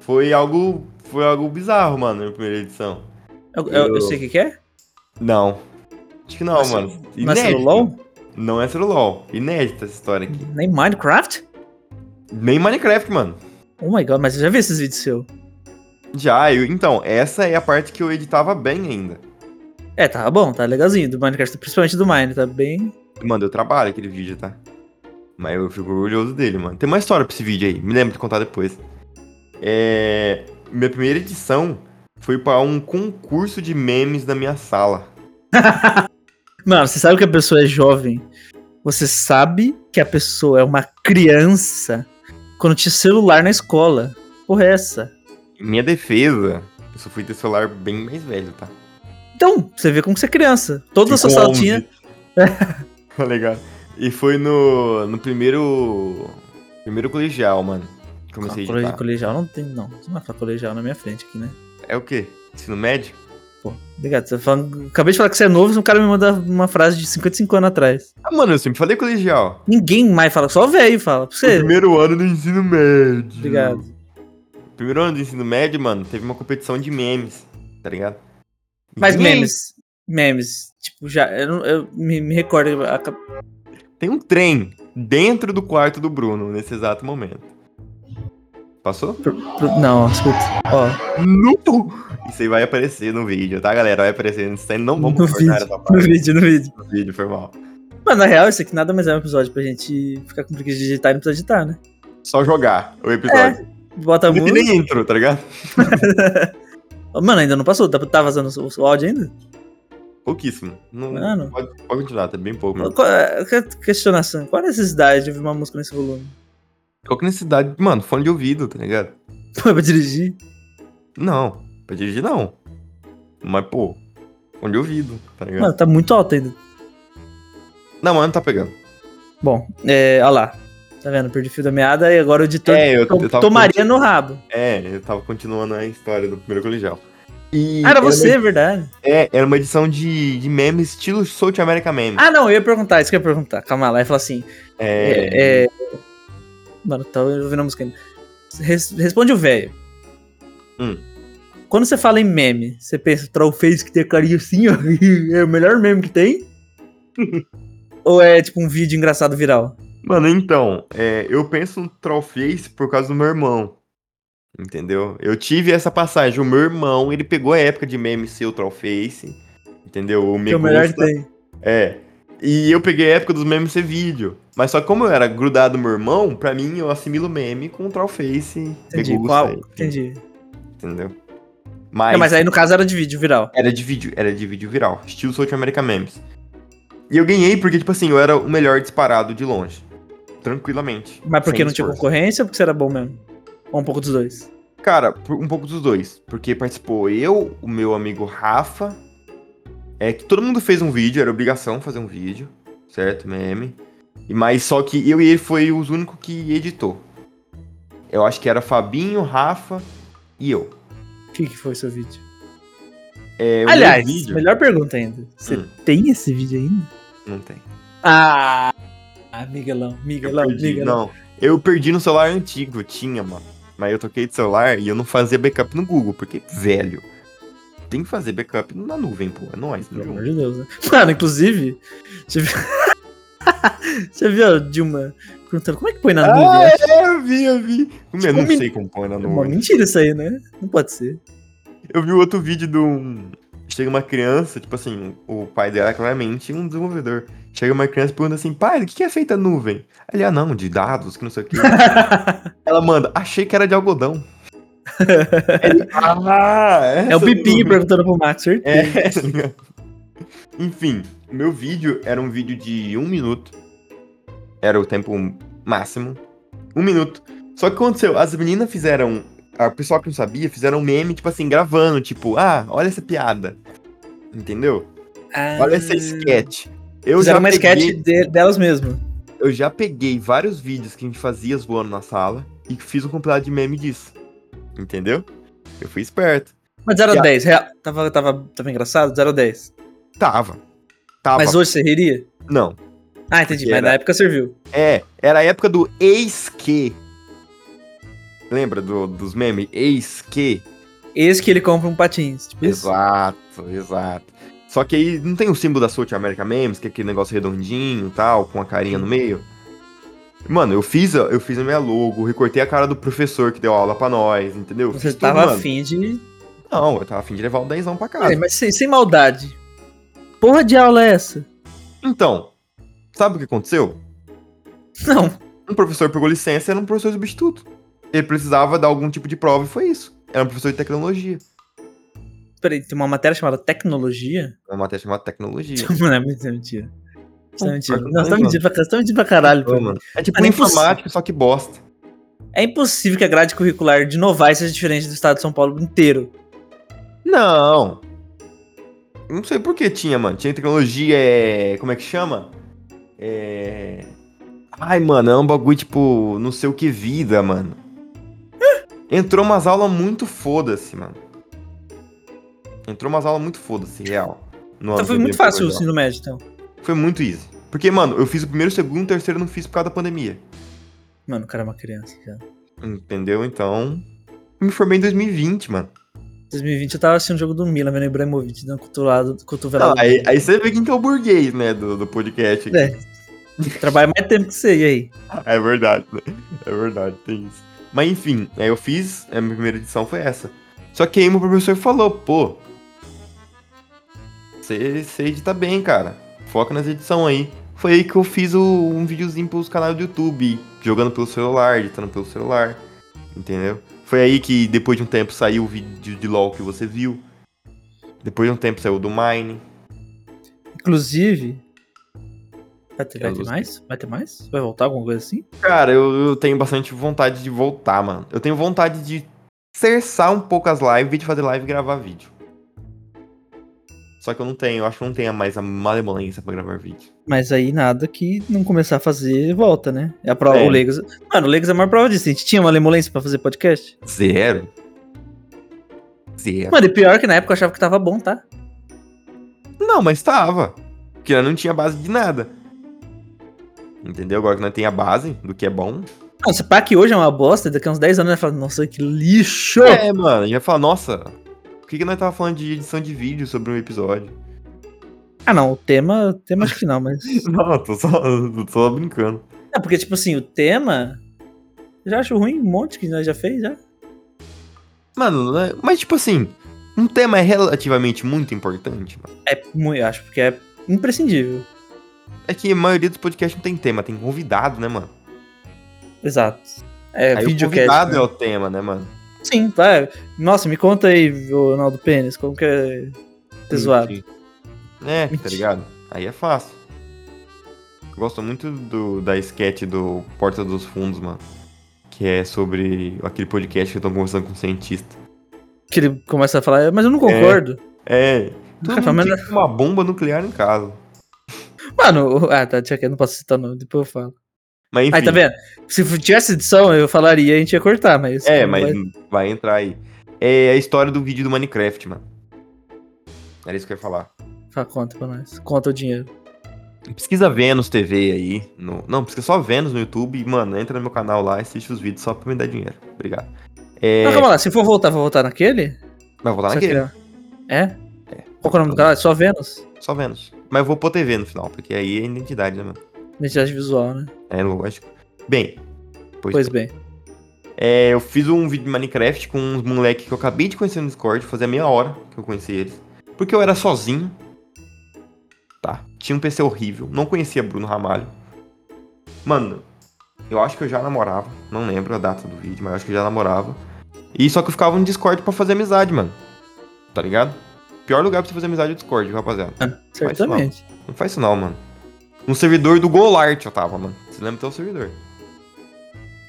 Speaker 1: foi algo. Foi algo bizarro, mano, minha primeira edição.
Speaker 2: Eu, eu- eu sei o que, que é?
Speaker 1: Não. Acho que não,
Speaker 2: Mas- é
Speaker 1: mano.
Speaker 2: Mas
Speaker 1: Inédito.
Speaker 2: LOL?
Speaker 1: Não é celular. Inédita essa história aqui.
Speaker 2: Nem Minecraft?
Speaker 1: Nem Minecraft, mano.
Speaker 2: Oh my god, mas eu já vi esses vídeos seu.
Speaker 1: Já, eu, então, essa é a parte que eu editava bem ainda.
Speaker 2: É, tá bom, tá legalzinho. Do Minecraft, principalmente do Mine, tá bem.
Speaker 1: Mano, eu trabalho aquele vídeo, tá? Mas eu fico orgulhoso dele, mano. Tem uma história pra esse vídeo aí, me lembro de contar depois. É. Minha primeira edição Fui pra um concurso de memes da minha sala.
Speaker 2: Mano, você sabe que a pessoa é jovem. Você sabe que a pessoa é uma criança quando tinha celular na escola. Porra, é essa?
Speaker 1: Em minha defesa, eu só fui ter celular bem mais velho, tá?
Speaker 2: Então, você vê como você é criança. Toda a sua
Speaker 1: Com
Speaker 2: sala
Speaker 1: 11.
Speaker 2: tinha.
Speaker 1: Tá ligado? E foi no, no primeiro. Primeiro colegial, mano. que Comecei a
Speaker 2: Cole-
Speaker 1: editar.
Speaker 2: colegial não tem, não. Você não vai falar colegial na minha frente aqui, né?
Speaker 1: É o quê? Ensino médio?
Speaker 2: Pô, obrigado. Você tá falando- Acabei de falar que você é novo, um cara me manda uma frase de 55 anos atrás.
Speaker 1: Ah, mano, eu sempre falei colegial.
Speaker 2: Ninguém mais fala, só velho fala. Pra
Speaker 1: No
Speaker 2: você.
Speaker 1: Primeiro ano do ensino médio.
Speaker 2: Obrigado.
Speaker 1: Primeiro ano do ensino médio, mano, teve uma competição de memes, tá ligado?
Speaker 2: Mas
Speaker 1: Ninguém-
Speaker 2: memes. Memes. Tipo, já. Eu, não- eu me, me recordo. a- a-
Speaker 1: Tem um trem dentro do quarto do Bruno nesse exato momento. Passou?
Speaker 2: pro- Não, escuta. Ó,
Speaker 1: Não! Isso aí vai aparecer no vídeo, tá, galera? Vai aparecer no stand. Não vamos
Speaker 2: No
Speaker 1: cortar
Speaker 2: vídeo,
Speaker 1: essa parte
Speaker 2: no vídeo, no vídeo.
Speaker 1: do vídeo, foi mal.
Speaker 2: Mas na real, isso aqui nada mais é um episódio pra gente ficar com preguiça de digitar e não precisa digitar, né?
Speaker 1: Só jogar
Speaker 2: É,
Speaker 1: o episódio.
Speaker 2: Bota a
Speaker 1: Não tem
Speaker 2: música.
Speaker 1: nem intro, tá ligado?
Speaker 2: Mano, ainda não passou. Tá, tá vazando o, o áudio ainda?
Speaker 1: Pouquíssimo. Não,
Speaker 2: Mano.
Speaker 1: Pode, pode continuar, tá bem pouco mesmo.
Speaker 2: Qual, é- que- questionação. Qual é a necessidade de ouvir uma música nesse volume?
Speaker 1: Qual que é a necessidade? Mano, fone de ouvido, tá ligado?
Speaker 2: Pô, pra dirigir?
Speaker 1: Não, pra dirigir não. Mas, pô, fone de ouvido, tá ligado?
Speaker 2: Mano, tá muito alto ainda.
Speaker 1: Não, mas não tá pegando.
Speaker 2: Bom, é, olha lá. Tá vendo? Perdi o fio da meada e agora o editor
Speaker 1: É, eu-
Speaker 2: to-
Speaker 1: eu tava
Speaker 2: tomaria
Speaker 1: contigo.
Speaker 2: no rabo.
Speaker 1: É, eu tava continuando a história do primeiro colegial. E
Speaker 2: Ah, era
Speaker 1: uma-
Speaker 2: você, é verdade.
Speaker 1: é, era uma edição de, de meme estilo South America Meme.
Speaker 2: Ah, não, eu ia perguntar, isso que eu ia perguntar. Calma lá, ia falar assim.
Speaker 1: é,
Speaker 2: É. é- Mano, tá ouvindo a música ainda. Res- Responde o velho.
Speaker 1: Hum.
Speaker 2: Quando você fala em meme, você pensa, trollface que tem a carinha assim, ó, é o melhor meme que tem? Ou é tipo um vídeo engraçado viral?
Speaker 1: Mano, então, é, eu penso no Trollface por causa do meu irmão. Entendeu? Eu tive essa passagem. O meu irmão, ele pegou a época de meme ser o Trollface. Entendeu? O
Speaker 2: Que
Speaker 1: me
Speaker 2: é o melhor que
Speaker 1: gusta.
Speaker 2: tem.
Speaker 1: É. E eu peguei a época dos memes ser vídeo. Mas só que como eu era grudado no meu irmão, pra mim eu assimilo meme com o Trollface. me
Speaker 2: Entendi.
Speaker 1: gusta,
Speaker 2: Qual?
Speaker 1: enfim,
Speaker 2: Entendi.
Speaker 1: Entendeu?
Speaker 2: É, mas aí no caso era de vídeo viral.
Speaker 1: Era de vídeo, era de vídeo viral, estilo South America Memes. E eu ganhei porque, tipo assim, eu era o melhor disparado de longe. Tranquilamente.
Speaker 2: Mas porque
Speaker 1: sem
Speaker 2: não tinha
Speaker 1: esforço.
Speaker 2: concorrência ou porque você era bom mesmo? Ou um pouco dos dois?
Speaker 1: Cara, por- um pouco dos dois. Porque participou eu, o meu amigo Rafa. É que todo mundo fez um vídeo, era obrigação fazer um vídeo, certo? Meme. E- Mas só que eu e ele foi os únicos que editou. Eu acho que era Fabinho, Rafa e eu.
Speaker 2: O que, que foi o seu vídeo?
Speaker 1: É, o meu
Speaker 2: Aliás,
Speaker 1: vídeo-
Speaker 2: melhor pergunta ainda. Você
Speaker 1: Hum.
Speaker 2: tem esse vídeo ainda?
Speaker 1: Não tem.
Speaker 2: Ah! Ah, Miguelão,
Speaker 1: Eu
Speaker 2: Miguelão,
Speaker 1: perdi.
Speaker 2: Miguelão.
Speaker 1: Não, eu perdi no celular antigo, tinha, mano. Mas eu toquei de celular e eu não fazia backup no Google, porque, velho, tem que fazer backup na nuvem, pô. É nóis, tamo
Speaker 2: Pelo
Speaker 1: junto.
Speaker 2: amor de Deus, né? Mano, inclusive. Você viu, você viu a Dilma perguntando como é que põe na nuvem?
Speaker 1: Ah, é, eu vi, eu vi. Como eu
Speaker 2: Tipo,
Speaker 1: não
Speaker 2: min-
Speaker 1: sei como põe na
Speaker 2: É uma
Speaker 1: nuvem.
Speaker 2: mentira isso aí, né? Não pode ser.
Speaker 1: Eu vi outro vídeo de um. Chega uma criança, tipo assim, o pai dela é claramente um desenvolvedor. Chega uma criança e pergunta assim, pai, do que que é feita a nuvem? Ele, ah, não, de dados, que não sei o que. Ela manda, achei que era de algodão. Ele, ah,
Speaker 2: É o
Speaker 1: essa
Speaker 2: Pipi
Speaker 1: nuvem."
Speaker 2: perguntando pro Max, certeza.
Speaker 1: É, tá ligado? Enfim, o meu vídeo era um vídeo de um minuto. Era o tempo máximo. Um minuto. Só que aconteceu, as meninas fizeram. A pessoa que não sabia, fizeram um meme, tipo assim, gravando, tipo, ah, olha essa piada. Entendeu?
Speaker 2: Ah,
Speaker 1: Olha essa sketch. Eu
Speaker 2: Fizeram
Speaker 1: já,
Speaker 2: uma
Speaker 1: peguei,
Speaker 2: sketch de- delas mesmas.
Speaker 1: eu já peguei vários vídeos que a gente fazia zoando na sala e fiz um compilado de meme disso. Entendeu? Eu fui esperto.
Speaker 2: Mas 0 a
Speaker 1: E a-
Speaker 2: 10, real. Tava, tava, tava engraçado? 0 a 10.
Speaker 1: Tava. Tava.
Speaker 2: Mas hoje você riria?
Speaker 1: Não.
Speaker 2: Ah, entendi.
Speaker 1: Porque
Speaker 2: Mas
Speaker 1: era-
Speaker 2: na época serviu.
Speaker 1: É, era a época do ex que. Lembra do- dos memes? Ex que?
Speaker 2: Esse que ele compra um patins. Tipo isso.
Speaker 1: Exato, exato. Só que aí não tem o símbolo da South America Memes, que é aquele negócio redondinho e tal, com a carinha no meio. Mano, eu fiz, a- eu fiz a minha logo, recortei a cara do professor que deu aula pra nós, entendeu?
Speaker 2: Você
Speaker 1: Fiz tudo,
Speaker 2: tava
Speaker 1: mano. Ah.
Speaker 2: afim de.
Speaker 1: Não, eu tava afim de levar o dezão pra casa.
Speaker 2: Ué, mas sem, sem maldade. Porra de aula é essa?
Speaker 1: Então, sabe o que aconteceu?
Speaker 2: Não.
Speaker 1: um professor pegou licença e era um professor substituto. Ele precisava dar algum tipo de prova e foi isso. Era um professor de tecnologia.
Speaker 2: Peraí, tem uma matéria chamada tecnologia?
Speaker 1: Uma matéria chamada tecnologia.
Speaker 2: Mano, é muito mentira. Isso é mentira.
Speaker 1: Não,
Speaker 2: Nós
Speaker 1: não,
Speaker 2: estamos mentindo pra, nós tá mentindo pra caralho. pô.
Speaker 1: Ô, mano. É tipo
Speaker 2: Mas é
Speaker 1: informático, só que bosta.
Speaker 2: É impossível que a grade curricular de Novaes seja diferente do estado de São Paulo inteiro.
Speaker 1: Não. Não sei por que tinha, mano. Tinha tecnologia, é... Como é que chama? É... Ai, mano, é um bagulho, tipo, não sei o que vida, mano. Entrou umas aulas muito foda-se, mano. Entrou umas aulas muito foda-se, real. No
Speaker 2: Então foi
Speaker 1: ano que eu
Speaker 2: muito
Speaker 1: dei pro
Speaker 2: fácil o
Speaker 1: colegial.
Speaker 2: ensino médio, então.
Speaker 1: Foi muito easy. Porque, mano, eu fiz o primeiro, o segundo, o terceiro eu não fiz por causa da pandemia.
Speaker 2: Mano, o cara é uma criança, cara.
Speaker 1: Entendeu? Então... Eu me formei em 2020, mano.
Speaker 2: 2020 eu tava assistindo o jogo do Milan, vendo o Ibrahimovic dando cotovelado,
Speaker 1: Não,
Speaker 2: cotovelado.
Speaker 1: Ah, aí, aí você vê quem que é o burguês, né, do, do podcast. aqui.
Speaker 2: É. Trabalha mais tempo que você, e aí?
Speaker 1: É verdade, né? É verdade, tem isso. Mas enfim, aí eu fiz, a minha primeira edição foi essa. Só que aí meu professor falou, pô. Você edita bem, cara. Foca nas edições aí. Foi aí que eu fiz o- um videozinho pros canais do YouTube, jogando pelo celular, editando pelo celular. Entendeu? Foi aí que depois de um tempo saiu o vídeo de LOL que você viu. Depois de um tempo saiu o do Mine.
Speaker 2: Inclusive. Vai ter, vai
Speaker 1: Eu
Speaker 2: ter
Speaker 1: não sei.
Speaker 2: mais? Vai ter mais? Vai voltar alguma coisa assim?
Speaker 1: Cara, eu, eu tenho bastante vontade de voltar, mano. Eu tenho vontade de cessar um pouco as lives, de fazer live e gravar vídeo. Só que eu não tenho, eu acho que não tenho mais a malemolência pra gravar vídeo.
Speaker 2: Mas aí nada que não começar a fazer volta, né? É a prova,
Speaker 1: É.
Speaker 2: o Legos. Mano, o Legos é a maior prova disso. A gente tinha uma lemolência pra fazer podcast.
Speaker 1: Zero? Zero.
Speaker 2: É. Mano, e pior que na época eu achava que tava bom, tá?
Speaker 1: Não, mas tava. Porque nós não tinha base de nada. Entendeu? Agora que nós tem a base do que é bom.
Speaker 2: Não, se pá que hoje é uma bosta, daqui a uns 10 anos vai falar, nossa, que lixo!
Speaker 1: É, mano, a gente vai falar, nossa, por que, que nós tava falando de edição de vídeo sobre um episódio?
Speaker 2: Ah não, o tema, o tema acho que não, mas.
Speaker 1: Não, tô só, tô só brincando.
Speaker 2: É, porque, tipo assim, o tema. Eu já acho ruim um monte que nós já fez, já.
Speaker 1: Mano, né? mas tipo assim, um tema é relativamente muito importante, mano.
Speaker 2: É muito, eu acho, porque é imprescindível.
Speaker 1: É que a maioria dos podcasts não tem tema, tem convidado, né, mano?
Speaker 2: Exato. É,
Speaker 1: Aí o
Speaker 2: videocast.
Speaker 1: convidado
Speaker 2: né?
Speaker 1: é o tema, né, mano?
Speaker 2: Sim, vai. Nossa, me conta aí, ô Ronaldo Pênis, como que é ter zoado.
Speaker 1: É, tá
Speaker 2: Mentira.
Speaker 1: ligado? Aí é fácil. Eu gosto muito do, da sketch do Porta dos Fundos, mano. Que é sobre aquele podcast que estão conversando com um cientista.
Speaker 2: Que ele começa a falar, mas eu não concordo.
Speaker 1: É. Todo
Speaker 2: Rafa,
Speaker 1: mundo
Speaker 2: mas-
Speaker 1: tem que ter uma bomba nuclear em casa.
Speaker 2: Mano, o- ah, tá, tinha que eu não posso citar o nome, depois eu falo.
Speaker 1: Mas enfim.
Speaker 2: Aí, tá vendo? Se f- tivesse edição, eu falaria e a gente ia cortar, mas.
Speaker 1: É,
Speaker 2: não
Speaker 1: mas
Speaker 2: vai-
Speaker 1: vai... entrar aí. É a história do vídeo do Minecraft, mano. Era isso que eu ia falar.
Speaker 2: Fala, conta pra nós. Conta o dinheiro.
Speaker 1: Pesquisa Vênus TV aí. no- Não, pesquisa só Vênus no YouTube. e, Mano, entra no meu canal lá, assiste os vídeos só pra me dar dinheiro. Obrigado. É...
Speaker 2: Não, calma lá, se for voltar, vou voltar naquele?
Speaker 1: Vai voltar
Speaker 2: Só
Speaker 1: naquele. tá
Speaker 2: que- É? Qual que é o nome do canal? É só Vênus?
Speaker 1: Só Vênus. Mas eu vou pôr TV no final, porque aí é identidade, né, mano?
Speaker 2: Identidade visual, né?
Speaker 1: É lógico. Bem, pois,
Speaker 2: Pois
Speaker 1: bem.
Speaker 2: bem.
Speaker 1: É, eu fiz um vídeo de Minecraft com uns moleques que eu acabei de conhecer no Discord, fazia meia hora que eu conheci eles. Porque eu era sozinho. Tá. Tinha um PC horrível. Não conhecia Bruno Ramalho. Mano, eu acho que eu já namorava. Não lembro a data do vídeo, mas eu acho que eu já namorava. E só que eu ficava no Discord pra fazer amizade, mano. Tá ligado? Pior lugar pra você fazer amizade é o Discord, viu, rapaziada.
Speaker 2: Ah, certamente.
Speaker 1: Não faz isso não, mano. No servidor do Golart eu tava, mano. Você lembra até o um servidor.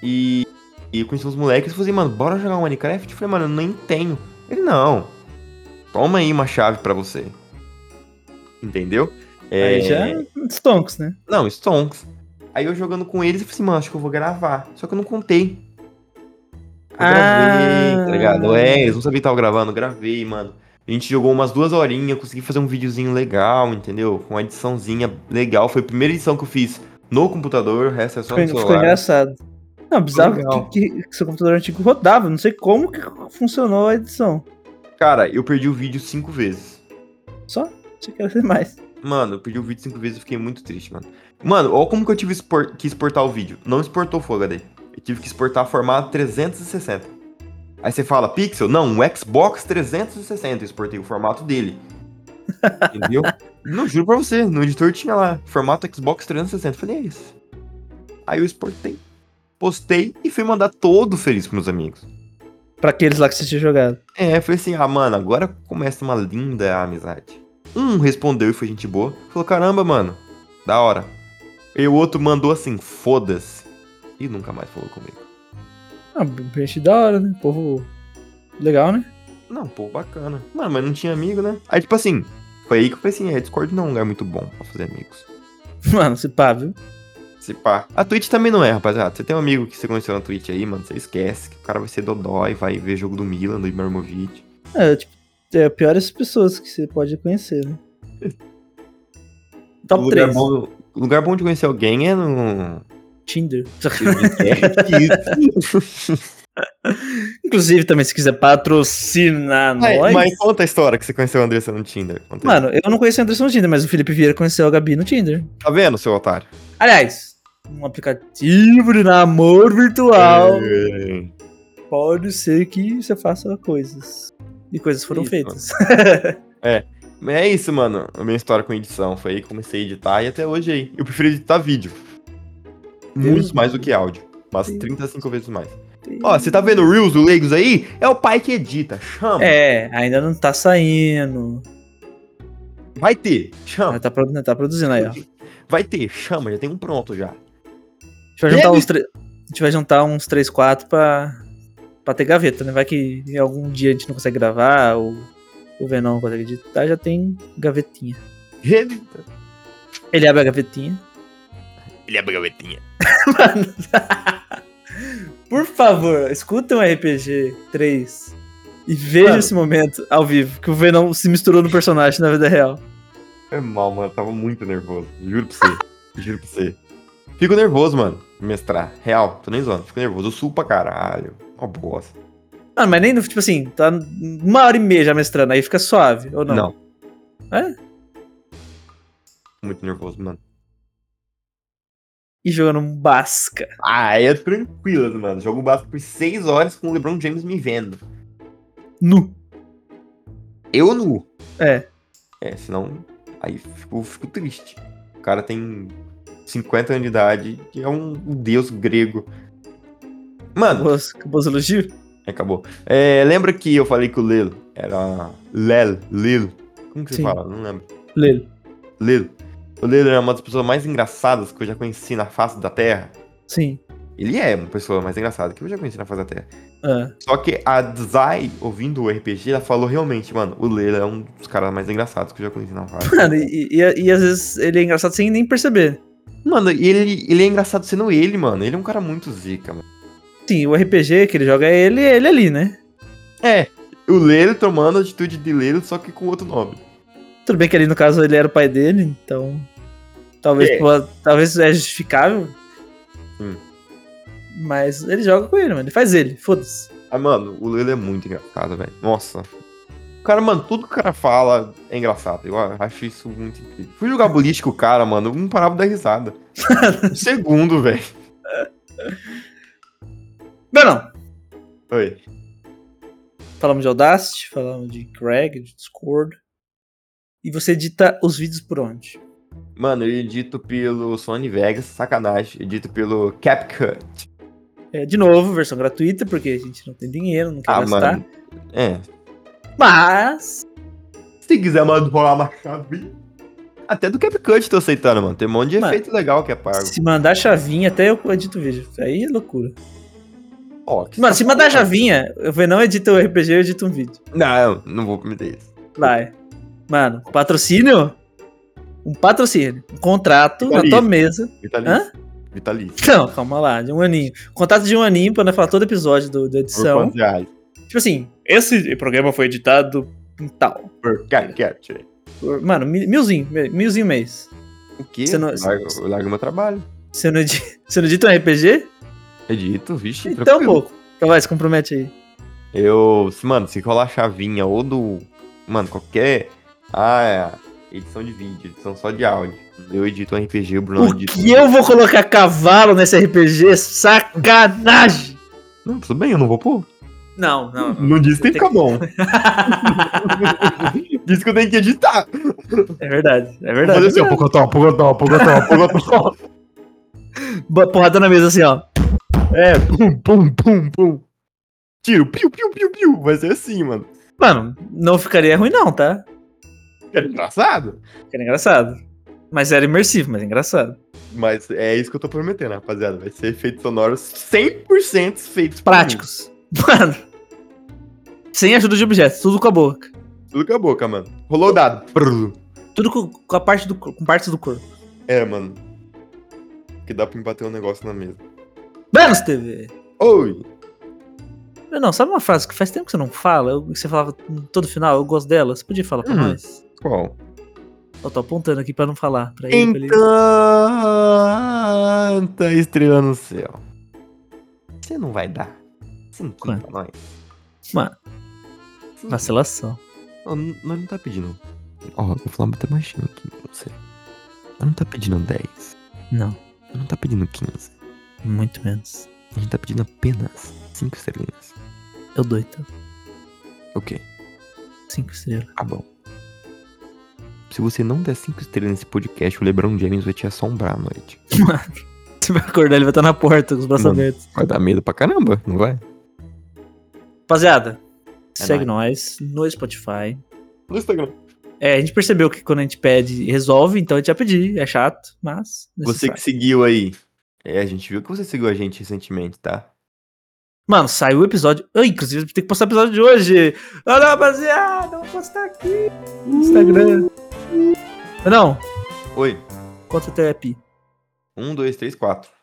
Speaker 1: E, e eu conheci uns moleques e falei, mano, bora jogar um Minecraft? Eu falei, mano, eu nem tenho. Ele, não. Toma aí uma chave pra você. Entendeu? É,
Speaker 2: Aí já. Stonks, né?
Speaker 1: Não, Stonks. Aí eu jogando com eles, eu falei assim, mano, acho que eu vou gravar. Só que eu não contei. Eu gravei, tá ligado? É, eles não sabiam que tava gravando, eu gravei, mano. A gente jogou umas duas horinhas, consegui fazer um videozinho legal, entendeu? Com uma ediçãozinha legal. Foi a primeira edição que eu fiz no computador, o resto é só
Speaker 2: Ficou,
Speaker 1: no
Speaker 2: ficou
Speaker 1: celular.
Speaker 2: engraçado. Não, bizarro
Speaker 1: legal.
Speaker 2: que, que, que seu computador antigo rodava. Não sei como que funcionou a edição.
Speaker 1: Cara, eu perdi o vídeo cinco vezes.
Speaker 2: Só? Achei que era demais.
Speaker 1: Mano, eu perdi o vídeo cinco vezes e fiquei muito triste, mano. Mano, olha como que eu tive expor- que exportar o vídeo. Não exportou Full HD. Eu tive que exportar formato 360. Aí você fala, Pixel? Não, o Xbox 360. Eu exportei o formato dele. Entendeu? Não, juro pra você. No editor tinha lá, formato Xbox 360. Eu falei, é isso. Aí eu exportei, postei e fui mandar todo feliz pros meus amigos.
Speaker 2: Pra aqueles lá que você tinha jogado.
Speaker 1: É, foi assim, ah, mano, agora começa uma linda amizade. Um respondeu e foi gente boa. Falou, caramba, mano, da hora. E o outro mandou assim, foda-se. E nunca mais falou comigo.
Speaker 2: Ah, gente da hora, né? Povo legal, né?
Speaker 1: Não, pô, bacana. Mano, mas não tinha amigo, né? Aí, tipo assim, foi aí que eu falei assim, é, Discord não é um lugar muito bom pra fazer amigos.
Speaker 2: Mano, se pá, viu?
Speaker 1: Se pá. A Twitch também não é, rapaziada. Você tem um amigo que você conheceu na Twitch aí, mano, você esquece que o cara vai ser dodói, vai ver jogo do Milan, do Ibrahimovic.
Speaker 2: É, tipo, é pior as pessoas que você pode conhecer, né? Top
Speaker 1: lugar
Speaker 2: 3.
Speaker 1: bom, lugar bom de conhecer alguém é no...
Speaker 2: Tinder.
Speaker 1: Isso.
Speaker 2: Inclusive, também, se quiser patrocinar
Speaker 1: mas,
Speaker 2: nós.
Speaker 1: mas conta a história que você conheceu a Andressa no Tinder. Conta aí.
Speaker 2: Mano, eu não conheci o Anderson no Tinder, mas o Felipe Vieira conheceu a Gabi no Tinder.
Speaker 1: Tá vendo, seu otário?
Speaker 2: Aliás, um aplicativo de namoro virtual.
Speaker 1: É.
Speaker 2: Pode ser que você faça coisas. E coisas foram
Speaker 1: Isso.
Speaker 2: feitas.
Speaker 1: É isso, mano. A minha história com edição. Foi aí que comecei a editar e até hoje aí. Eu prefiro editar vídeo. Muito mais do que áudio. Mas
Speaker 2: Deus.
Speaker 1: 35 vezes mais. Ó, você tá vendo o Reels do Leigos aí? É o pai que edita. Chama.
Speaker 2: É, ainda não tá saindo.
Speaker 1: Vai ter. Chama.
Speaker 2: Mas tá, produ- tá produzindo aí, ó. A gente
Speaker 1: Vai ter. Chama. Já tem um pronto já.
Speaker 2: vai juntar
Speaker 1: Ele-
Speaker 2: uns tre- A gente vai juntar uns 3, 4 pra... pra ter gaveta, né? Vai que em algum dia a gente não consegue gravar, ou o Venom não consegue editar, já tem gavetinha.
Speaker 1: Edita.
Speaker 2: Ele abre a gavetinha.
Speaker 1: Ele abre a gavetinha.
Speaker 2: Por favor, escutem um RPG 3 e vejam
Speaker 1: Mano.
Speaker 2: esse momento ao vivo, que o Venom se misturou no personagem na vida real.
Speaker 1: É mal, mano. Eu tava muito nervoso. Juro pra você. Juro pra você. Fico nervoso, mano. Mestrar. Real. Tô nem zoando. Fico nervoso. Eu subo pra caralho. Ó, bosta.
Speaker 2: Ah, mas nem, no- tipo assim, tá uma hora e meia já mestrando, aí fica suave, ou não? É?
Speaker 1: Muito nervoso, mano.
Speaker 2: E jogando um basca.
Speaker 1: Ah, é tranquilo, mano. Jogo básico por 6 horas com o LeBron James me vendo.
Speaker 2: Nu.
Speaker 1: Eu nu.
Speaker 2: É.
Speaker 1: É, senão. Aí fico, fico triste. O cara tem 50 anos de idade e é um deus grego. Mano,
Speaker 2: Boas, boas elogios?
Speaker 1: acabou. É, lembra que eu falei que o Lelo era. Lel, Lilo. Como que você
Speaker 2: Sim.
Speaker 1: fala? Não lembro.
Speaker 2: Lelo.
Speaker 1: Lelo. O Lelo era uma das pessoas mais engraçadas que eu já conheci na face da Terra.
Speaker 2: Sim.
Speaker 1: Ele é uma pessoa mais engraçada que eu já conheci na face da Terra.
Speaker 2: Ah,
Speaker 1: Só que a Zai, ouvindo o RPG, ela falou realmente, mano, o Leila é um dos caras mais engraçados que eu já conheci na fase.
Speaker 2: Mano, e, e, e às vezes ele é engraçado sem nem perceber.
Speaker 1: mano, e ele, ele é engraçado sendo ele, mano. Ele é um cara muito zica, mano.
Speaker 2: Sim, o RPG que ele joga é ele, ele ali, né?
Speaker 1: É, o Leila tomando a atitude de Leila, só que com outro nome.
Speaker 2: Tudo bem que ali no caso ele era o pai dele, então. Talvez,
Speaker 1: É.
Speaker 2: pô, talvez é justificável.
Speaker 1: Hum.
Speaker 2: Mas ele joga com ele, mano. Ele faz ele, foda-se.
Speaker 1: Ah, mano, o Leila é muito engraçado, velho. Nossa. O cara, mano, tudo que o cara fala é engraçado. Eu acho isso muito incrível. Fui jogar boliche com o cara, mano, eu não parava de dar risada. um segundo, velho.
Speaker 2: Não, não.
Speaker 1: Oi.
Speaker 2: Falamos de Audacity, falamos de Craig, de Discord. E você edita os vídeos por onde?
Speaker 1: Mano, eu edito pelo Sony Vegas, sacanagem. Edito pelo CapCut.
Speaker 2: É, de novo, versão gratuita, porque a gente não tem dinheiro, não quer
Speaker 1: Ah,
Speaker 2: gastar.
Speaker 1: mano. É.
Speaker 2: Mas.
Speaker 1: Se quiser mano, rolar uma chavinha. Até do CapCut tô aceitando, mano. Tem um monte de
Speaker 2: Mano,
Speaker 1: efeito legal que é pago.
Speaker 2: Se mandar chavinha, até eu edito o vídeo. Aí é loucura.
Speaker 1: Ó, que
Speaker 2: Mano, se mandar
Speaker 1: sacanagem.
Speaker 2: chavinha, o Venão edita o RPG eu edito um vídeo.
Speaker 1: Não, não vou permitir isso.
Speaker 2: Vai. Mano, patrocínio? Um patrocínio. Um contrato na
Speaker 1: Olha
Speaker 2: tua
Speaker 1: isso.
Speaker 2: mesa. Hã?
Speaker 1: Vitalício. Vitalício.
Speaker 2: Não, calma lá, de um aninho. Contrato de um aninho pra não falar todo episódio do, da
Speaker 1: Por
Speaker 2: edição.
Speaker 1: quantos reais?
Speaker 2: Tipo assim, esse programa foi editado em tal.
Speaker 1: Por CapCut.
Speaker 2: Por- Mano, mi- milzinho, mi- milzinho mês.
Speaker 1: O quê?
Speaker 2: Você não-
Speaker 1: Eu largo, eu largo meu trabalho.
Speaker 2: Você não, edita, você não edita um RPG?
Speaker 1: Edito, vixe.
Speaker 2: Então,
Speaker 1: tranquilo.
Speaker 2: pouco. Então vai, se compromete aí.
Speaker 1: Eu. se- Mano, se rolar chavinha ou do. Mano, qualquer. Ah, é. Edição de vídeo, edição só de áudio. Eu edito um RPG, o Bruno
Speaker 2: O
Speaker 1: edita.
Speaker 2: que eu vou colocar cavalo nesse RPG? Sacanagem!
Speaker 1: Não, tudo bem, eu não vou pôr.
Speaker 2: Não, não.
Speaker 1: Não disse tem que ficar bom. Disse que eu tenho que editar. assim,
Speaker 2: É verdade, é verdade.
Speaker 1: ó, pocotó, pocotó, pocotó, pocotó.
Speaker 2: Bo- Porrada na mesa assim, ó.
Speaker 1: É, pum, pum, pum, pum. tiro, piu, piu, piu, piu. Vai ser assim, mano.
Speaker 2: Mano, não ficaria ruim, não, tá?
Speaker 1: Era É engraçado.
Speaker 2: Era engraçado. Mas era imersivo, mas engraçado.
Speaker 1: Mas é isso que eu tô prometendo, rapaziada. Vai ser efeitos sonoros 100% feitos por
Speaker 2: Práticos. Mano. Sem ajuda de objetos, tudo com a boca.
Speaker 1: mim. Tudo com a boca, mano. Rolou o dado. Prrr.
Speaker 2: Tudo com, com a parte do cor- com partes do corpo.
Speaker 1: É, mano. Que dá pra empatar um negócio na mesa.
Speaker 2: Menos TV!
Speaker 1: Oi!
Speaker 2: Não, não, sabe uma frase que faz tempo que você não fala, eu- que você falava todo final, eu gosto dela, você podia falar pra
Speaker 1: Hum.
Speaker 2: nós?
Speaker 1: Qual?
Speaker 2: Eu tô apontando aqui pra não falar. Pra ele, pra ele.
Speaker 1: Encanta estrela no céu. Você não vai dar. Você não tem
Speaker 2: Quanto?
Speaker 1: pra nós.
Speaker 2: Mano,
Speaker 1: Você não-
Speaker 2: vacilação.
Speaker 1: Ó, n- Nós não tá pedindo. Ó, eu vou falar até baixinho aqui pra você. Nós não tá pedindo 10.
Speaker 2: Não,
Speaker 1: Nós não tá pedindo 15.
Speaker 2: muito menos.
Speaker 1: A gente tá pedindo apenas 5 estrelinhas.
Speaker 2: Eu dou então.
Speaker 1: Ok,
Speaker 2: Cinco estrelas.
Speaker 1: tá bom. Se você não der 5 estrelas nesse podcast, o LeBron James vai te assombrar à noite.
Speaker 2: Você vai acordar, ele vai estar na porta com os braços
Speaker 1: Mano.
Speaker 2: abertos.
Speaker 1: Vai dar medo pra caramba, não vai?
Speaker 2: Rapaziada,
Speaker 1: É
Speaker 2: segue nós no Spotify.
Speaker 1: No Instagram.
Speaker 2: É, a gente percebeu que quando a gente pede, resolve, então a gente já pediu. É chato, mas.
Speaker 1: Você
Speaker 2: necessário.
Speaker 1: que seguiu aí. É, a gente viu que você seguiu a gente recentemente, tá?
Speaker 2: Mano, saiu o episódio. Ah, inclusive, tem que postar o episódio de hoje. Olha, rapaziada, eu vou postar aqui no Instagram.
Speaker 1: Uh.
Speaker 2: Não,
Speaker 1: Oi.
Speaker 2: conta até pi.
Speaker 1: 1, 2, 3, 4.